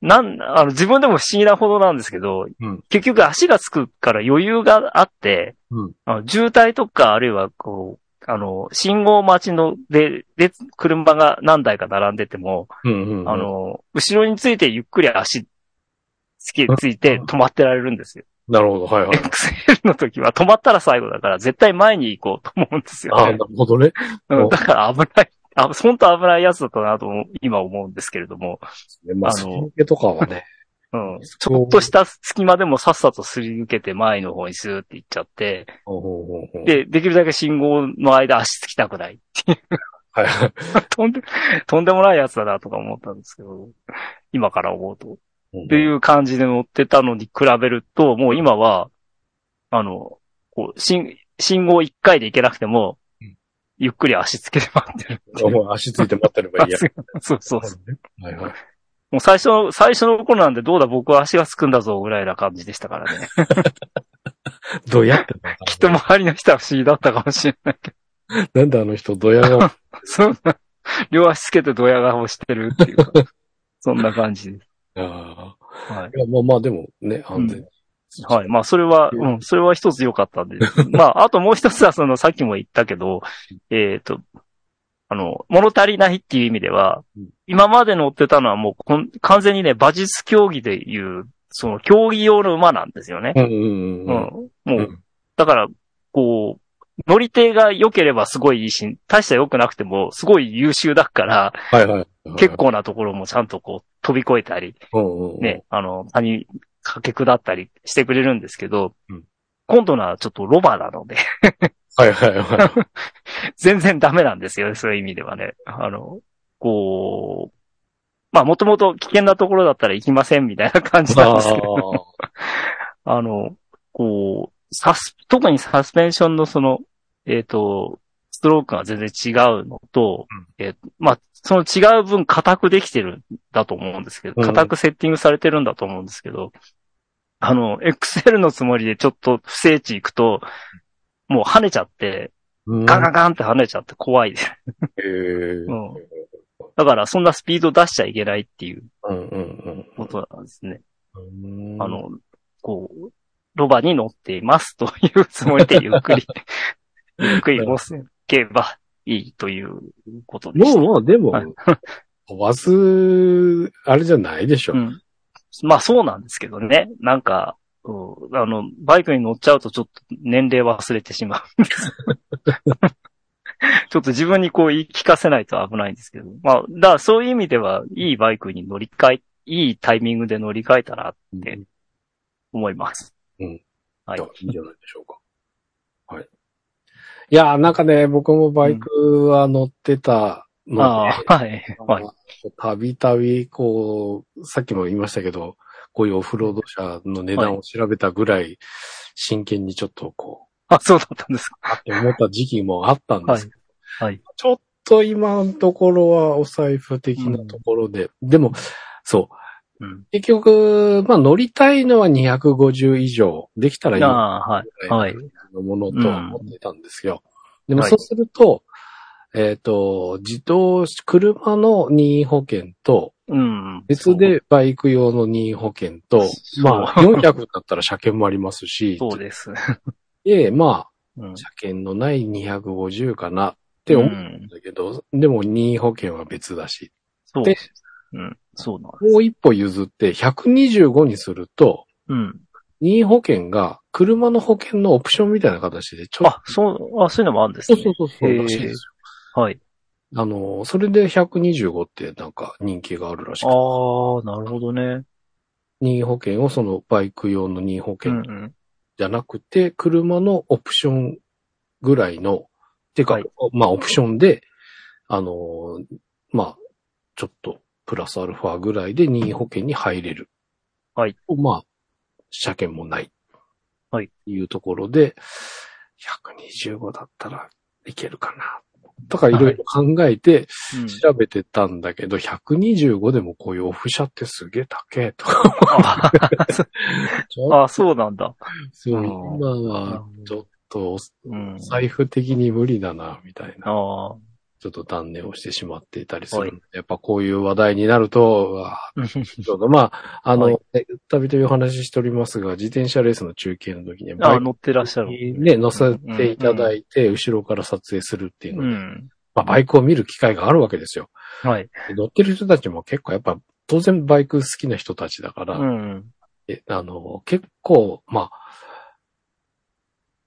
C: なん、あの、自分でも不思議なほどなんですけど、
B: うん
C: 結局足がつくから余裕があって、
B: うん
C: あの渋滞とか、あるいはこう、あの、信号待ちの、で、で、車が何台か並んでても、
B: うんうん。
C: あ、の、後ろについてゆっくり足つけ、ついて止まってられるんですよ。
B: なるほど、はいはい。
C: XL の時は止まったら最後だから絶対前に行こうと思うんです
B: あ
C: よ
B: あ、な
C: ね
B: る。ほどね。
C: うんだから危ない。あ、本当危ないやつだったなと今思うんですけれども、
B: まあ、
C: あの
B: そのとかはね。
C: うん、ち
B: そう
C: ょっとした隙間でもさっさとすり抜けて前の方にスーって行っちゃって、
B: ほうほうほうほう、
C: で、できるだけ信号の間足つきたくない。
B: はいはい。
C: とんで、とんでもないやつだなとか思ったんですけど、今から思うと。って
B: う
C: いう感じで乗ってたのに比べると、もう今は、あの、こう、信、信号一回で行けなくても
B: うん、
C: ゆっくり足つけて待ってるってい
B: ん。
C: う。
B: もう足ついて待ってればいいや。
C: そうそうそう。
B: はいはい。
C: もう最初の、最初の頃なんでどうだ僕は足がつくんだぞぐらいな感じでしたからね。
B: どうやってたのかな
C: きっと周りの人は不思議だったかもしれない。
B: なんであの人、ドヤ 顔。
C: そんな、両足つけてドヤ顔してるっ ていうか、そんな感じです。
B: ああ
C: はい。
B: いやまあまあ、でもね、安全。
C: はい。まあ、それは、うん、それは一つ良かったんで。 まあ、あともう一つは、その、さっきも言ったけど、えっ、と、あの、物足りないっていう意味では
B: うん、
C: 今まで乗ってたのはもうこん、完全にね、馬術競技でいう、その、競技用の馬なんですよね。
B: うんうん
C: うん。
B: うんうん。
C: も
B: う、
C: うんだから、こう、乗り手が良ければすごいいいし、大した良くなくても、すごい優秀だから、
B: はいはい。
C: 結構なところもちゃんとこう、飛び越えたり、
B: 構
C: ね、あの、谷駆け下ったりしてくれるんですけど、
B: うん
C: 今度のはちょっとロバなので、
B: はいはいはい。
C: 全然ダメなんですよね、そういう意味ではね。あの、こう、まあもともと危険なところだったら行きませんみたいな感じなんですけど、あの、こう、サス、特にサスペンションのその、えっ、と、ストロークが全然違うのと、えーまあ、その違う分硬くできてるんだと思うんですけど、
B: うん
C: 硬くセッティングされてるんだと思うんですけど、あの、XL のつもりでちょっと不正地行くと、もう跳ねちゃって、ガンガンガンって跳ねちゃって怖いです。
B: えー
C: うんだからそんなスピード出しちゃいけないっていう
B: うんうん
C: ことなんですね。
B: うん。
C: あ、の、こう、ロバに乗っていますというつもりでゆっくり、ゆっくり乗せけばいいということで
B: も
C: した。
B: うもう、でも
C: はい、
B: 飛ばす、あれじゃないでしょ
C: う。ん、まあそうなんですけどね。なんか、うんあの、バイクに乗っちゃうとちょっと年齢忘れてしまうんです。 ちょっと自分にこう言い聞かせないと危ないんですけど。まあ、だからそういう意味では、いいバイクに乗り換え、いいタイミングで乗り換えたなって思います。はい
B: いや。いいんじゃないでしょうか。はい。いやー、なんかね、僕もバイクは乗ってたので、
C: ああ、はい。はい。
B: たびたび、こう、さっきも言いましたけど、こういうオフロード車の値段を調べたぐらい、真剣にちょっとこ
C: あ、そうだったんですか。
B: う、あって思った時期もあったんですけど、
C: はい。
B: ちょっと今のところはお財布的なところで、でも、そう、
C: うん。
B: 結局、まあ乗りたいのは250以上、できたらいい
C: あ
B: な
C: あ、はい。
B: ぐ
C: は
B: ら
C: い
B: いのものとは思ってたんですよ。でもそうすると、えっ、と、自動、車の任意保険と、
C: うん。
B: 別でバイク用の任意保険と、
C: そう
B: まあ、400だったら車検もありますし、
C: そう。そうです。
B: で、ま
C: うん
B: あ、。車検のない250かなって思うんだけど、でも任意保険は別だし、
C: そう
B: で
C: です。うん。そうなんです。
B: もう一歩譲って125にすると、
C: うん。
B: 任意保険が車の保険のオプションみたいな形でちょっ
C: あ、そう、あ、そういうのもあるんです
B: と、
C: ね。
B: そう
C: そう
B: らしいです
C: はい。
B: よ。あの、それで125ってなんか人気があるらしく
C: ああ
B: て、
C: ー、なるほどね。
B: 任意保険をそのバイク用の任意保
C: う
B: 険
C: んうん。
B: じゃなくて、車のオプションぐらいの、てか、
C: はい
B: まあオプションで、あのー、まあ、ちょっとプラスアルファぐらいで任意保険に入れる。
C: はい。
B: まあ、車検もない。
C: はい。
B: いうところで、125だったらいけるかな。とかいろいろ考えて
C: うん
B: 調べてたんだけど、125でもこういうオフ車ってすげえ高えとか。
C: ああ、そうなんだ。
B: そう
C: あー
B: 今はちょっと
C: うん。
B: 財布的に無理だな、みたいな、
C: あ あ。
B: ちょっと断念をしてしまっていたりするので、やっぱこういう話題になると、うわちょうど、まあ、あ
C: は
B: の
C: い、
B: ねたびたびお話ししておりますが、自転車レースの中継の時に、
C: あ
B: バ
C: あ、
B: イ
C: 乗ってらっしゃ
B: ク
C: る。
B: にね、乗せていただいて、後ろから撮影するっていうの
C: う
B: で、
C: ん。
B: まあ、バイクを見る機会があるわけですよ。
C: はい。
B: で乗ってる人たちも結構やっぱ、当然バイク好きな人たちだか
C: う
B: ら、
C: ん。
B: えあの、結構、まあ、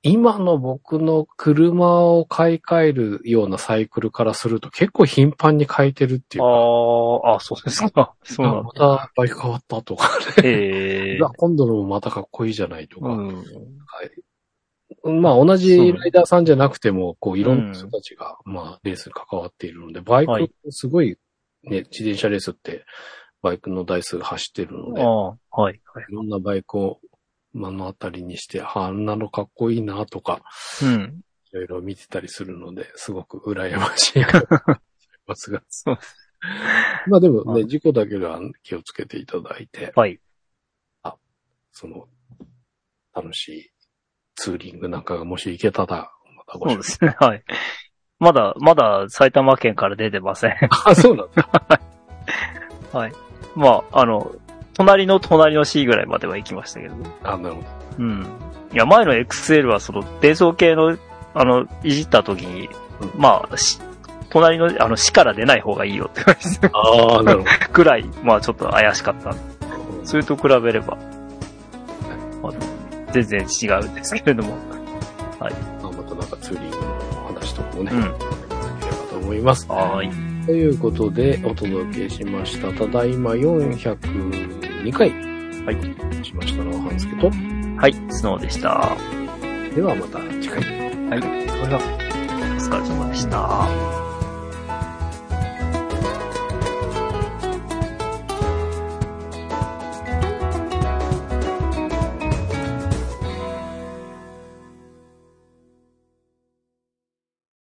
B: 今の僕の車を買い替えるようなサイクルからすると結構頻繁に変えてるっていう
C: あ
B: か、
C: あ、あ、そうですか。そうな
B: あ
C: ん
B: ま
C: だ。
B: たバイク変わったとかね、
C: ええ
B: うわ今度のもまたかっこいいじゃないとか、
C: うん。
B: はいまあ同じライダーさんじゃなくても、こういろん
C: う
B: なん人たちが、まあレースに関わっているので、バイ
C: はい
B: ク、すごいね、自転車レースってバイクの台数が走ってるので、
C: ああ、はい。はい
B: いろんなバイクを目の当たりにして、ああんなのかっこいいなとか、
C: うん。
B: いろいろ見てたりするので、すごく羨まし いなと思いますが。
C: そうです。
B: まあでも
C: は
B: ね、事故だけでは気をつけていただいて、
C: はい。
B: その、楽しいツーリングなんかがもし行けたら、またご
C: そう
B: 紹介。
C: ですね。はい。まだ、まだ埼玉県から出てません。
B: あ、そうなんだ。
C: まあ、あの、隣の隣の C ぐらいまでは行きましたけど。
B: あ、なるほど。
C: うん。いや、前の XL はその、冷蔵系の、あの、いじった時に、
B: うん
C: まあ、し隣の、あの、市から出ない方がいいよって言わ れて
B: ああ、なるほ
C: たぐらい、まあ、ちょっと怪しかった。
B: ど。
C: それと比べれば、まあ全然違うんですけれども。
B: まあまたなんかツーリングの話とかもね、
C: う
B: い
C: ん。
B: ただければと思います。
C: はーい。
B: ということで、お届けしました。ただいま402回。はい。しましたのは、半助と。
C: はい、スノーでした。
B: ではまた次回。
C: はい。お疲れ様でした。